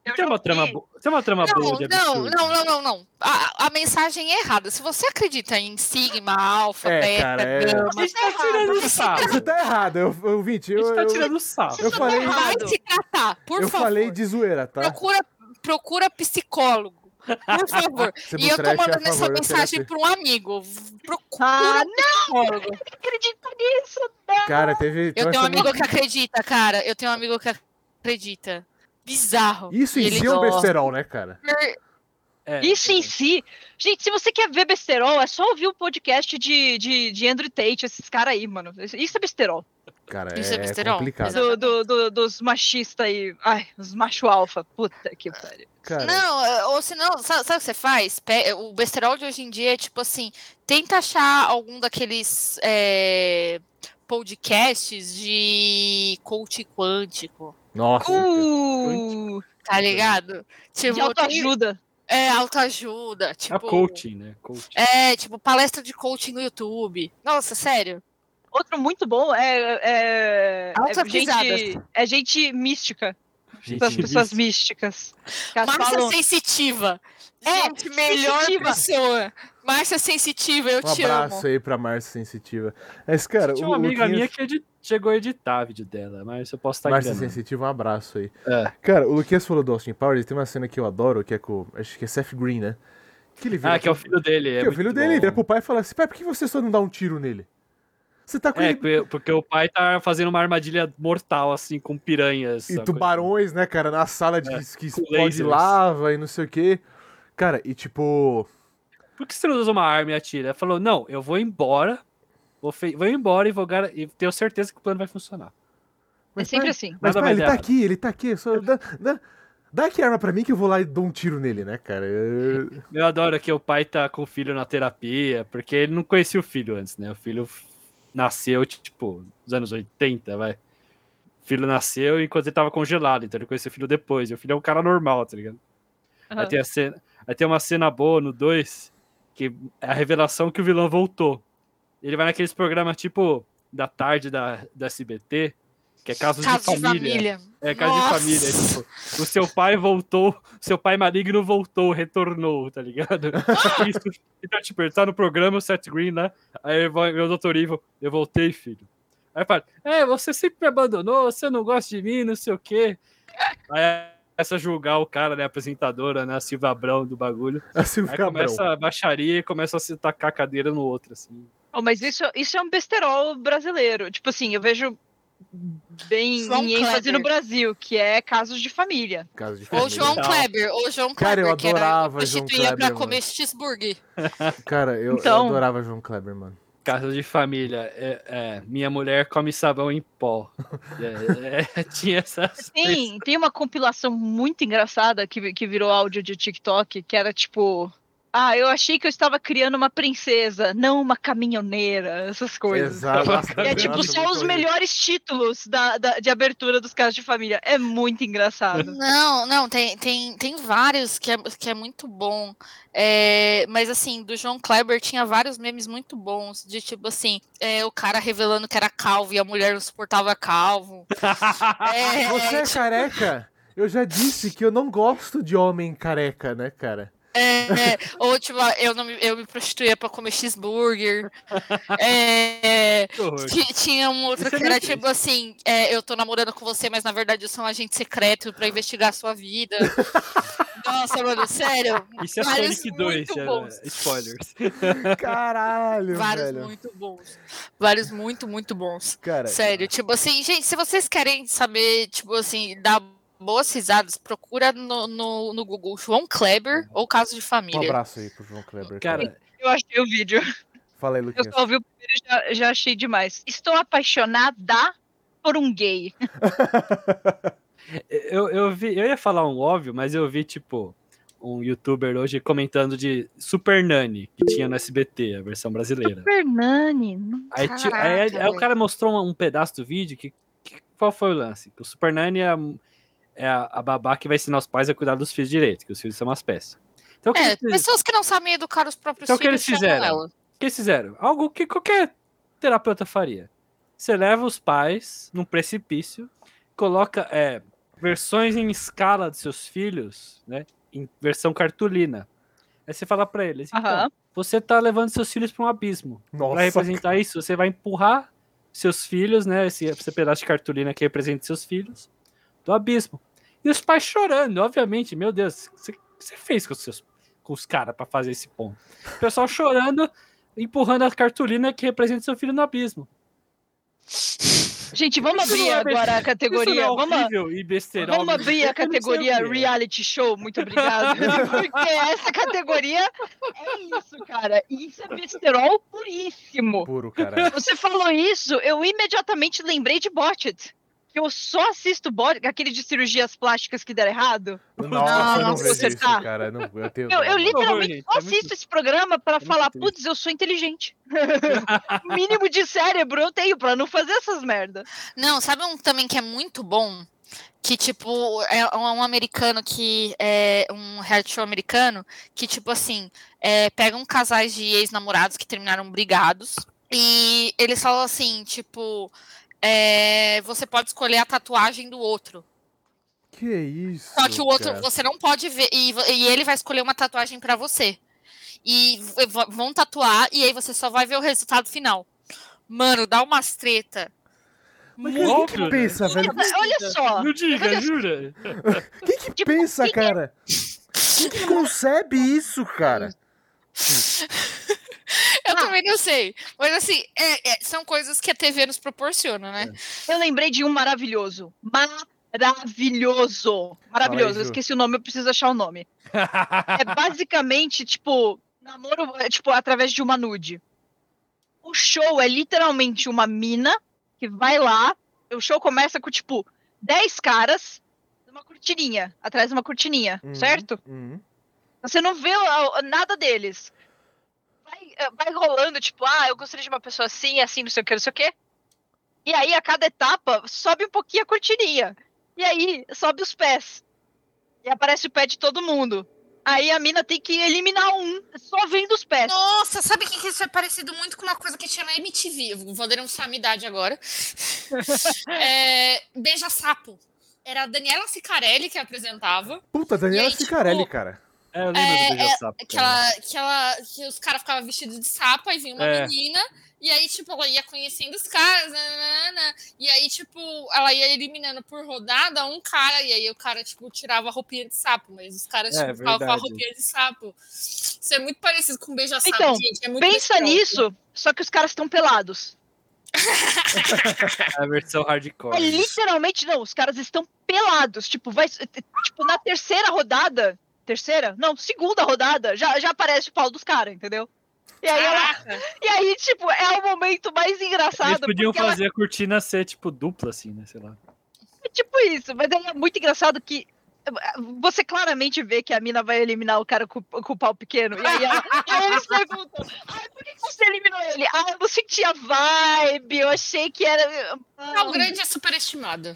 Speaker 5: Eu
Speaker 3: Tem
Speaker 5: já
Speaker 3: uma
Speaker 5: vi.
Speaker 3: trama, bo- tem uma trama boa de
Speaker 4: Não, não,
Speaker 3: absurdo.
Speaker 4: não, não, não, não. A, a mensagem é errada. Se você acredita em sigma, alfa,
Speaker 2: É,
Speaker 4: beta,
Speaker 2: cara, é.
Speaker 4: gama,
Speaker 3: Você tá tirando sarro.
Speaker 2: (laughs) Você tá errado, eu, eu, Vinte, eu,
Speaker 3: Você tá
Speaker 2: eu,
Speaker 3: tirando sarro.
Speaker 2: eu falei,
Speaker 5: é errado.
Speaker 4: vai se tratar, por
Speaker 2: eu
Speaker 4: favor.
Speaker 2: falei de zoeira, tá?
Speaker 4: procura, procura psicólogo.
Speaker 2: (laughs)
Speaker 4: Por favor.
Speaker 2: Sebo
Speaker 4: e eu
Speaker 2: Trash é
Speaker 4: tô
Speaker 2: a
Speaker 4: mandando essa
Speaker 2: favor da terapia.
Speaker 4: mensagem para um amigo. V- Procura
Speaker 5: Ah,
Speaker 4: um psicólogo.
Speaker 5: não acredito nisso.
Speaker 2: Cara, teve.
Speaker 4: Eu
Speaker 2: tem
Speaker 4: tenho
Speaker 2: uma
Speaker 4: um amigo que acredita, cara. Eu tenho um amigo que acredita. Bizarro.
Speaker 2: Isso em
Speaker 4: Ele
Speaker 2: si é um
Speaker 4: gosta.
Speaker 2: besterol, né, cara?
Speaker 3: É,
Speaker 5: Isso em si. Gente, se você quer ver besterol, é só ouvir o podcast de, de, de Andrew Tate, esses caras aí, mano. Isso é besterol.
Speaker 2: Cara,
Speaker 4: Isso é
Speaker 2: é
Speaker 4: besterol,
Speaker 2: complicado.
Speaker 4: exato.
Speaker 5: Do, do- do- dos machistas aí. Ai, os macho alfa. Puta que pariu.
Speaker 2: Cara,
Speaker 4: Não, é, ou se não, sa- sabe o que você faz? Pe- eh, O besterol de hoje em dia é tipo assim, tenta achar algum daqueles é, podcasts de coach quântico.
Speaker 2: nossa.
Speaker 5: Uh,
Speaker 4: tá ligado?
Speaker 5: De
Speaker 4: Tipo, tem-
Speaker 5: autoajuda.
Speaker 4: É, autoajuda. Tipo,
Speaker 3: É coaching, né? Coaching.
Speaker 4: É, tipo, palestra de coaching no YouTube. Nossa, sério.
Speaker 5: Outro muito bom é. É, é,
Speaker 4: Altas
Speaker 5: gente,
Speaker 4: risadas.
Speaker 5: é gente mística.
Speaker 3: Gente,
Speaker 5: Essas pessoas místicas. Que elas
Speaker 4: Márcia
Speaker 5: falam.
Speaker 4: sensitiva.
Speaker 5: É,
Speaker 4: Tá Gente, melhor
Speaker 5: sensitiva.
Speaker 4: pessoa. Márcia sensitiva, eu
Speaker 2: Um
Speaker 4: te
Speaker 2: abraço
Speaker 4: amo.
Speaker 2: aí pra Márcia Sensitiva. Mas, cara,
Speaker 3: Tinha
Speaker 2: o
Speaker 3: uma amiga
Speaker 2: Luquinhas-
Speaker 3: minha que tá edi- chegou a editar vídeo dela, mas eu posso estar
Speaker 2: Márcia
Speaker 3: enganando.
Speaker 2: Sensitiva, um abraço aí.
Speaker 3: É.
Speaker 2: Cara, o Luquinhas falou do Austin Powers, tem uma cena que eu adoro, que é com. Acho que é Seth Green, né? Que ele vira
Speaker 3: Ah, que é o filho dele. É
Speaker 2: que é o filho
Speaker 3: muito
Speaker 2: dele, ele vira
Speaker 3: bom.
Speaker 2: pro pai e fala assim: pai, por que você só não dá um tiro nele? Você tá com
Speaker 3: É,
Speaker 2: ele.
Speaker 3: que- porque o pai tá fazendo uma armadilha mortal, assim, com piranhas.
Speaker 2: E
Speaker 3: sabe?
Speaker 2: tubarões, né, cara, na sala de,
Speaker 3: É,
Speaker 2: que
Speaker 3: com
Speaker 2: explode
Speaker 3: lasers.
Speaker 2: lava e não sei o quê. Cara, e tipo.
Speaker 4: É
Speaker 3: Por que você não usa uma arma e atira? Ele falou, não, eu vou embora, vou, fe- vou embora e vou gar... e tenho certeza que o plano vai funcionar.
Speaker 5: É
Speaker 2: Mas,
Speaker 5: sempre
Speaker 2: pai,
Speaker 5: assim.
Speaker 2: Mas,
Speaker 3: Nada
Speaker 2: pai,
Speaker 3: mais é, né?
Speaker 2: ele tá
Speaker 3: errado.
Speaker 2: aqui, ele tá aqui. Só dá, dá, dá aqui a arma pra mim que eu vou lá e dou um tiro nele, né, cara? Eu-
Speaker 3: (laughs) Eu adoro que o pai tá com o filho na terapia, porque ele não conhecia o filho antes, né? O filho f- nasceu, tipo, nos anos 80, vai. O filho nasceu enquanto ele tava congelado, então ele conheceu o filho depois. E o filho é um cara normal, tá ligado?
Speaker 5: Aham.
Speaker 3: Aí, tem a cena, aí tem uma cena boa no 2, que é a revelação que o vilão voltou. Ele vai naqueles programas tipo da tarde da, da SBT, que é casos
Speaker 4: Caso
Speaker 3: de família. É casa
Speaker 4: Nossa.
Speaker 3: de família. é tipo, o seu pai voltou, seu pai maligno voltou, retornou, tá ligado? Isso, então, tipo, ele tá no programa, o Seth Green, né? Aí vai o Dr. Evil, eu voltei, filho. Aí fala, é, você sempre me abandonou, você não gosta de mim, não sei o quê. Aí começa a julgar o cara, né, a apresentadora, né, a Silvia Abrão do bagulho.
Speaker 2: Assim,
Speaker 3: Aí
Speaker 2: fica
Speaker 3: começa a baixaria e começa a se tacar a cadeira no outro, assim.
Speaker 5: Oh, mas isso, isso é um besterol brasileiro. Tipo assim, eu vejo bem
Speaker 4: João
Speaker 5: em ênfase
Speaker 4: Kleber.
Speaker 5: no Brasil, que é casos de família.
Speaker 2: Caso de
Speaker 4: Ou
Speaker 2: família.
Speaker 4: João
Speaker 3: Tá.
Speaker 4: Kleber, ou João
Speaker 2: Cara, eu
Speaker 4: Kleber, que era
Speaker 2: adorava João
Speaker 4: prostituía pra
Speaker 2: Kleber, mano.
Speaker 4: comer cheeseburger.
Speaker 2: Cara, eu, eu
Speaker 5: Então-
Speaker 2: adorava João Kleber, mano.
Speaker 3: Casa de família, é, é, minha mulher come sabão em pó. É, (laughs) é, tinha essas
Speaker 5: Tem, tem uma compilação muito engraçada que, vi- que virou áudio de TikTok, que era tipo. Ah, eu achei que eu estava criando uma princesa, não uma caminhoneira, essas coisas.
Speaker 2: Exato.
Speaker 5: E é tipo,
Speaker 2: Nossa,
Speaker 5: são
Speaker 2: muito
Speaker 5: os
Speaker 2: horrível.
Speaker 5: melhores títulos da, da- de abertura dos casos de família. É
Speaker 3: (laughs)
Speaker 5: muito engraçado.
Speaker 4: Não, não, tem, tem, tem vários que é, que é muito bom. É, mas assim, do João Kleber tinha vários memes muito bons, de tipo assim, é, o cara revelando que era calvo e a mulher não suportava
Speaker 2: (laughs)
Speaker 4: calvo. É,
Speaker 2: Você é careca? Eu já disse que eu não gosto de homem careca, né, cara?
Speaker 4: é, ou tipo, ah, eu, não me, eu me prostituía pra comer
Speaker 2: (laughs)
Speaker 4: cheeseburger. É,
Speaker 3: Que horror.
Speaker 4: ti- tinha um outro
Speaker 3: Isso é
Speaker 4: que era
Speaker 3: meio
Speaker 4: tipo assim, é, eu tô namorando com você, mas na verdade eu sou um agente secreto pra investigar a
Speaker 3: (laughs)
Speaker 4: sua vida. Nossa, mano, sério.
Speaker 3: Isso é
Speaker 4: vários
Speaker 3: Sonic 2,
Speaker 4: muito
Speaker 3: era-
Speaker 4: bons.
Speaker 3: spoilers.
Speaker 2: Caralho,
Speaker 4: Vários
Speaker 2: velho.
Speaker 4: muito bons. Vários muito, muito bons.
Speaker 2: Cara,
Speaker 3: né?
Speaker 4: Sério, tipo assim, gente, se vocês querem saber, tipo assim, dar boas risadas, procura no, no, no Google João Kleber
Speaker 3: Uhum.
Speaker 4: ou Caso de
Speaker 2: um
Speaker 4: Família.
Speaker 2: abraço aí pro João Kleber.
Speaker 3: (laughs) Cara,
Speaker 5: Eu achei o vídeo.
Speaker 2: Fala aí,
Speaker 5: Eu
Speaker 2: Luquinhas.
Speaker 5: só ouvi o primeiro e já, já achei demais. Estou apaixonada por um gay.
Speaker 3: eu, eu vi, eu ia falar um óbvio, mas eu vi, tipo, um youtuber hoje comentando de Super Nani, que tinha no SBT, a versão brasileira.
Speaker 5: Fernani.
Speaker 3: Aí, ti- aí-
Speaker 4: Caraca,
Speaker 3: aí o
Speaker 4: velho.
Speaker 3: cara mostrou um, um pedaço do vídeo que, que- qual foi o lance? Que o Super Nani é, a, é a, a babá que vai ensinar os pais a cuidar dos filhos direito, que os filhos são umas peças. Então, o que
Speaker 4: É,
Speaker 3: eles fizeram?
Speaker 4: pessoas que não sabem educar os próprios
Speaker 3: Então, o que
Speaker 4: filhos.
Speaker 3: eles
Speaker 4: chamam
Speaker 3: fizeram?
Speaker 4: ela.
Speaker 3: O que eles fizeram? Algo que qualquer terapeuta faria. Você leva os pais num precipício, coloca é, versões em escala dos seus filhos, né? Em versão cartolina. Aí você fala pra eles: então,
Speaker 5: Aham.
Speaker 3: você tá levando seus filhos pra um abismo. Pra
Speaker 2: Nossa,
Speaker 3: representar isso, você vai empurrar seus filhos, né? Esse, esse pedaço de cartolina que representa seus filhos, do abismo. E os pais chorando, obviamente. Meu Deus, o que você fez com os, seus- com os caras pra fazer esse ponto? O pessoal chorando, empurrando a cartolina que representa seu filho no abismo.
Speaker 5: Gente, vamos
Speaker 3: Isso
Speaker 5: abrir
Speaker 3: não é
Speaker 5: agora a
Speaker 3: Isso não
Speaker 5: categoria.
Speaker 3: é
Speaker 5: vamos,
Speaker 3: horrível e né? besteirol.
Speaker 5: vamos abrir a categoria reality show,
Speaker 3: (laughs)
Speaker 5: muito obrigado. Porque essa categoria é isso, cara. Isso é besterol puríssimo.
Speaker 2: puro,
Speaker 5: (laughs)
Speaker 2: cara.
Speaker 5: Você falou isso, eu imediatamente lembrei de Botched. Que eu só assisto Botched, aquele de cirurgias plásticas que deram errado.
Speaker 2: Nossa, eu não
Speaker 5: Nossa,
Speaker 2: vejo
Speaker 5: você
Speaker 2: isso,
Speaker 5: tá-
Speaker 2: cara. Não, eu, tenho...
Speaker 5: Eu, eu
Speaker 3: Ô,
Speaker 5: literalmente
Speaker 3: gente,
Speaker 5: só
Speaker 3: é muito-
Speaker 5: assisto esse programa para
Speaker 3: muito
Speaker 5: falar,
Speaker 3: triste.
Speaker 5: putz, eu sou inteligente. (laughs) o mínimo de cérebro eu tenho para não fazer essas merdas.
Speaker 4: Não, sabe um também que é muito bom? que, tipo, é um, um americano que. É um reality show americano que, tipo assim, é, pegam casais de ex-namorados que terminaram brigados. E eles falam assim, tipo, é, você pode escolher a tatuagem do outro.
Speaker 2: Que isso?
Speaker 4: Só que o outro,
Speaker 2: cara.
Speaker 4: você não pode ver. E, vo- e ele vai escolher uma tatuagem pra você. E v- v- vão tatuar, e aí você só vai ver o resultado final. Mano, dá umas treta.
Speaker 2: Mas
Speaker 3: Muito,
Speaker 2: quem que
Speaker 3: né?
Speaker 2: pensa, velho?
Speaker 5: Olha só.
Speaker 3: Não diga, jura?
Speaker 2: Quem que
Speaker 5: Tipo,
Speaker 2: pensa,
Speaker 5: quem que-
Speaker 2: cara? Quem que concebe isso, cara?
Speaker 4: Eu também não sei. Mas assim, é- é, são coisas que a TV nos proporciona, né?
Speaker 5: Eu lembrei de um maravilhoso. Maravilhoso.
Speaker 2: Fala aí,
Speaker 5: Maravilhoso.
Speaker 2: Ju.
Speaker 5: eu esqueci o nome, eu preciso achar o nome.
Speaker 2: (laughs)
Speaker 5: é basicamente, tipo, namoro, é, tipo, através de uma nude. O show é literalmente uma mina que vai lá. O show começa com, tipo, 10 caras numa cortininha, atrás de uma cortininha,
Speaker 2: Uhum.
Speaker 5: certo?
Speaker 2: Uhum.
Speaker 5: Você não vê ó, nada deles. Vai, eh, vai rolando, tipo, ah, eu gostaria de uma pessoa assim, assim, não sei o que, não sei o que. E aí, a cada etapa, sobe um pouquinho a cortininha. E aí, sobe os pés. E aparece o pé de todo mundo. Aí a mina tem que eliminar um, só vendo os pés.
Speaker 4: Nossa, sabe o que, que isso é parecido muito com uma coisa que tinha na MTV? Eu Vou denunciar a minha idade é um (laughs) agora. É, Beija Sapo. Era a Daniela Sicarelli que apresentava.
Speaker 2: Puta, Daniela
Speaker 4: E aí, tipo,
Speaker 2: Cicarelli, cara.
Speaker 3: É, eu lembro
Speaker 4: É,
Speaker 3: do beija-sapo.
Speaker 4: Que, ela, que, ela, que os caras ficavam vestidos de sapo, aí vinha uma
Speaker 3: É.
Speaker 4: menina, e aí, tipo, ela ia conhecendo os caras, né, nananana, e aí, tipo, ela ia eliminando por rodada um cara, e aí o cara, tipo, tirava a roupinha de sapo, mas os caras,
Speaker 3: É,
Speaker 4: tipo, ficavam com a
Speaker 3: verdade.
Speaker 4: roupinha de sapo. Isso é muito parecido com beija-sapo,
Speaker 5: Então,
Speaker 4: gente. É muito
Speaker 5: Pensa
Speaker 4: escroto.
Speaker 5: nisso, só que os caras estão pelados.
Speaker 3: É a versão hardcore.
Speaker 5: É literalmente, não, os caras estão pelados. Tipo, vai. Tipo, na terceira rodada. Terceira? Não, segunda rodada, já, já aparece o pau dos caras, entendeu? E
Speaker 4: É,
Speaker 5: aí, ela-
Speaker 4: Caraca.
Speaker 5: e aí, tipo, é o momento mais engraçado.
Speaker 3: Eles podiam
Speaker 5: porque ela-
Speaker 3: fazer a cortina ser, tipo, dupla, assim, né? Sei lá.
Speaker 5: é tipo isso, mas aí é muito engraçado que. eh, Você claramente vê que a mina vai eliminar o cara com, com o pau pequeno. E aí, ela- e aí eles perguntam: Ai, por que que você eliminou ele? Ah, eu não senti a vibe, eu achei que era.
Speaker 4: Ah, o grande é superestimado.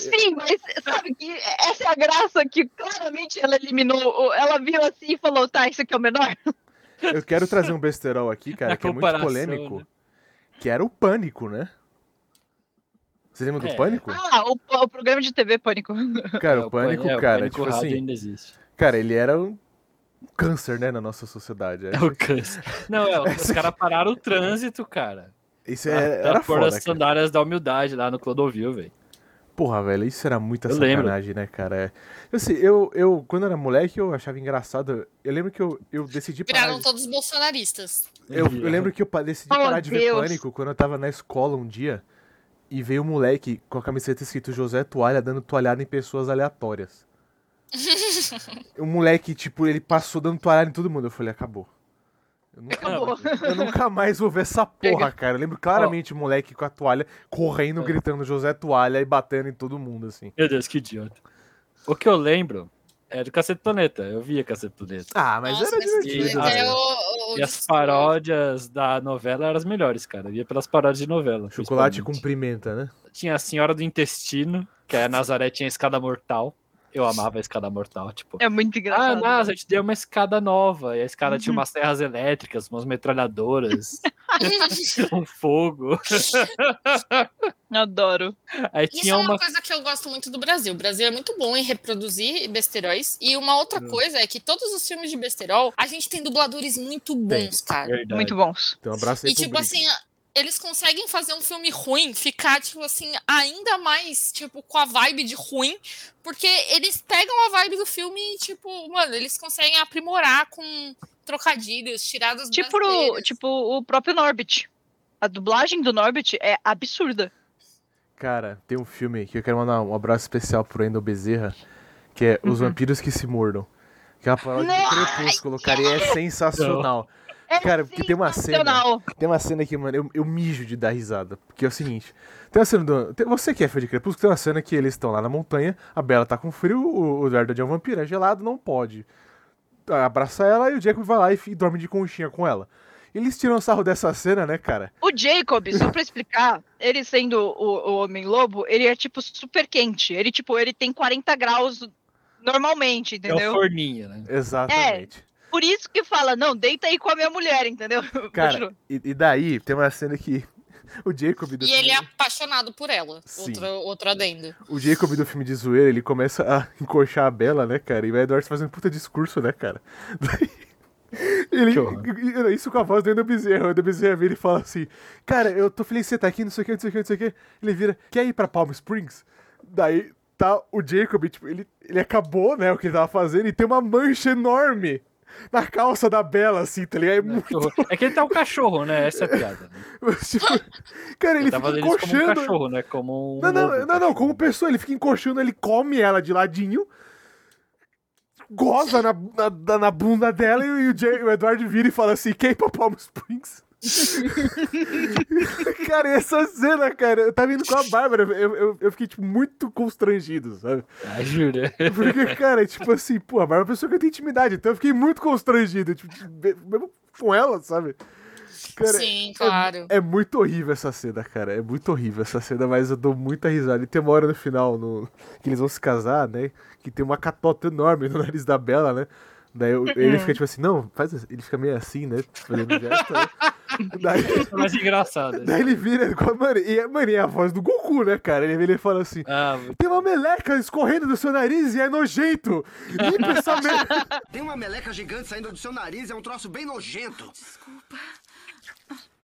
Speaker 5: Sim, mas sabe que essa é a graça que claramente ela eliminou. o- Ela viu assim e falou: tá, isso aqui é o menor.
Speaker 2: Eu quero trazer um besterol
Speaker 3: (laughs)
Speaker 2: aqui, cara,
Speaker 3: Na
Speaker 2: que é muito
Speaker 3: comparação,
Speaker 2: polêmico.
Speaker 3: né?
Speaker 2: Que era o Pânico, né? Você lembra do
Speaker 3: É.
Speaker 2: Pânico?
Speaker 5: Ah, o, o programa de TV Pânico.
Speaker 2: Cara,
Speaker 3: É,
Speaker 2: o Pânico,
Speaker 3: é,
Speaker 2: cara,
Speaker 3: Pânico
Speaker 2: tipo
Speaker 3: rádio
Speaker 2: assim...
Speaker 3: ainda existe.
Speaker 2: Cara, ele era um câncer, né, na nossa sociedade.
Speaker 3: É o câncer. Não, é,
Speaker 2: (laughs)
Speaker 3: os caras pararam o trânsito, cara.
Speaker 2: É, Isso
Speaker 3: Pra-
Speaker 2: era,
Speaker 3: pra
Speaker 2: era
Speaker 3: pôr
Speaker 2: foda,
Speaker 3: as
Speaker 2: cara.
Speaker 3: sandálias da humildade lá no Clodovil, velho.
Speaker 2: Porra, velho, isso era muita
Speaker 3: Eu lembro.
Speaker 2: sacanagem, né, cara? É. Eu, assim, eu, eu, quando era moleque, eu achava engraçado. Eu lembro que eu, eu decidi parar.
Speaker 4: Viraram
Speaker 2: de-
Speaker 4: todos bolsonaristas.
Speaker 2: Eu,
Speaker 3: Uhum.
Speaker 2: eu lembro que eu pa- decidi
Speaker 5: Oh,
Speaker 2: parar de ver
Speaker 5: Deus.
Speaker 2: pânico quando eu tava na escola um dia e veio um moleque com a camiseta escrito José Toalha dando toalhada em pessoas aleatórias.
Speaker 4: (laughs)
Speaker 2: o moleque, tipo, ele passou dando toalhada em todo mundo. Eu falei, acabou. Eu nunca,
Speaker 3: Ah,
Speaker 5: Acabou.
Speaker 2: eu nunca mais vou ver essa porra, cara. Eu lembro claramente o moleque com a toalha correndo,
Speaker 3: É.
Speaker 2: gritando José Toalha e batendo em todo mundo, assim.
Speaker 3: Meu Deus, que idiota. O que eu lembro é do Cacete Planeta. Eu via Cacete Planeta.
Speaker 2: Ah, mas
Speaker 4: Nossa,
Speaker 2: era divertido. né?
Speaker 3: mas-
Speaker 4: é
Speaker 2: velho.
Speaker 4: o- o-
Speaker 3: né? E as
Speaker 4: (laughs)
Speaker 3: paródias da novela eram as melhores, cara. Eu via pelas paródias de novela.
Speaker 2: Chocolate com
Speaker 3: principalmente.
Speaker 2: pimenta, né?
Speaker 3: Tinha a Senhora do Intestino, que a Nazaré tinha a escada mortal. Eu amava a escada mortal, tipo.
Speaker 5: É muito
Speaker 3: Ah,
Speaker 5: engraçado.
Speaker 3: nossa, eu te dei uma escada nova. E a escada tinha
Speaker 5: Uhum.
Speaker 3: umas serras elétricas, umas metralhadoras, (laughs) um fogo.
Speaker 5: Adoro.
Speaker 3: Aí
Speaker 4: Isso
Speaker 3: tinha
Speaker 4: é uma
Speaker 3: uma.
Speaker 4: coisa que eu gosto muito do Brasil. O Brasil é muito bom em reproduzir besteróis. E uma outra
Speaker 3: Hum.
Speaker 4: coisa é que todos os filmes de besterol, a gente tem dubladores muito bons, cara.
Speaker 3: Verdade.
Speaker 5: Muito bons.
Speaker 2: Então, abraço aí
Speaker 4: E
Speaker 2: pro
Speaker 4: tipo
Speaker 2: Brito.
Speaker 4: assim, a- eles conseguem fazer um filme ruim ficar, tipo assim, ainda mais, tipo, com a vibe de ruim, porque eles pegam a vibe do filme e, tipo, mano, eles conseguem aprimorar com trocadilhos, tiradas
Speaker 5: Tipo o,
Speaker 4: brasileiras.
Speaker 5: tipo o próprio Norbit. A dublagem do Norbit é absurda.
Speaker 2: Cara, tem um filme que eu quero mandar um abraço especial pro Endo Bezerra, que é Os
Speaker 5: Uhum.
Speaker 2: Vampiros que se Mordam. Que é uma paródia de
Speaker 5: Não,
Speaker 2: Crepúsculo, cara, e é sensacional.
Speaker 5: É
Speaker 2: Cara, porque tem uma
Speaker 3: né?
Speaker 2: cena,
Speaker 5: sensacional.
Speaker 2: tem uma cena que, mano, eu, eu mijo de dar risada. Porque é o seguinte, tem uma cena do... tem- você que é fã de Crepúsculo, tem uma cena que eles estão lá na montanha, a Bela tá com frio, o, o Verdade é um vampiro, é gelado, não pode. Abraça ela e o Jacob vai lá e, fi- dorme de conchinha com ela. Eles tiram sarro dessa cena, né, cara?
Speaker 5: O Jacob, só pra explicar, ele sendo o, o Homem-Lobo, ele é, tipo, super quente. Ele, tipo, ele tem 40 graus normalmente,
Speaker 3: É o
Speaker 5: entendeu?
Speaker 3: forninho, né?
Speaker 2: Exatamente.
Speaker 5: Por isso que fala, não, deita aí com a minha mulher, entendeu? (laughs)
Speaker 2: Cara, e, e daí tem uma cena que (laughs) o Jacob do
Speaker 4: E
Speaker 2: filme,
Speaker 4: ele é
Speaker 3: Uhum.
Speaker 4: apaixonado por ela.
Speaker 2: Sim.
Speaker 4: Outro, outro adendo.
Speaker 2: o Jacob do filme de zoeira, ele começa a (laughs) encoxar a Bela, né, cara? E o Edward fazendo um puta discurso, né, cara? (laughs) Daí, ele,
Speaker 3: Que horror.
Speaker 2: e- e- isso com a voz do Endo Bezerra. O Endo Bezerra vira e fala assim: Cara, eu tô feliz que você tá aqui, não sei o que, não sei o que, não sei o que. Ele vira: Quer ir pra Palm Springs? Daí tá o Jacob, tipo, ele, ele acabou, né, o que ele tava fazendo e tem uma mancha enorme na calça da Bela, assim, tá ligado? É muito
Speaker 3: Que horror. É que ele tá um cachorro, né? Essa é a piada. né?
Speaker 2: Mas, (laughs) tipo, cara, ele,
Speaker 3: tá
Speaker 2: fica
Speaker 3: fazendo isso como um
Speaker 2: encoxando.
Speaker 3: cachorro, né? Como um.
Speaker 2: não, não,
Speaker 3: lobo
Speaker 2: não, não,
Speaker 3: cachorro.
Speaker 2: como pessoa, ele fica encoxando, ele come ela de ladinho, goza na, na, na- na bunda dela e, o, Jay- o Eduardo vira e fala assim: quem pra Palm Springs? cara, e essa cena, cara, eu tava indo com a Bárbara, eu, eu, eu fiquei, tipo, muito constrangido, sabe?
Speaker 3: Ah, jura. (laughs)
Speaker 2: Porque, cara, tipo assim, pô, a Bárbara é uma pessoa que eu tenho intimidade, então eu fiquei muito constrangido, tipo, mesmo com ela, sabe? Cara,
Speaker 4: Sim, claro.
Speaker 2: é muito horrível essa cena, cara. É muito horrível essa cena, mas eu dou muita risada. E tem uma hora no final, no... que eles vão se casar, né? Que tem uma catota enorme no nariz da Bela, né? Daí eu- ele fica tipo assim, não, faz assim. Ele fica meio assim, né? Fazendo gesto, né? Daí,
Speaker 3: Mas É engraçado.
Speaker 2: daí ele vira com a mano, e, mano, e é a voz do Goku, né, cara? Ele, ele fala assim.
Speaker 3: Ah,
Speaker 2: Tem uma meleca escorrendo do seu nariz e é nojento! Limpa essa merda!
Speaker 6: Tem uma meleca gigante saindo do seu nariz, é um troço bem nojento.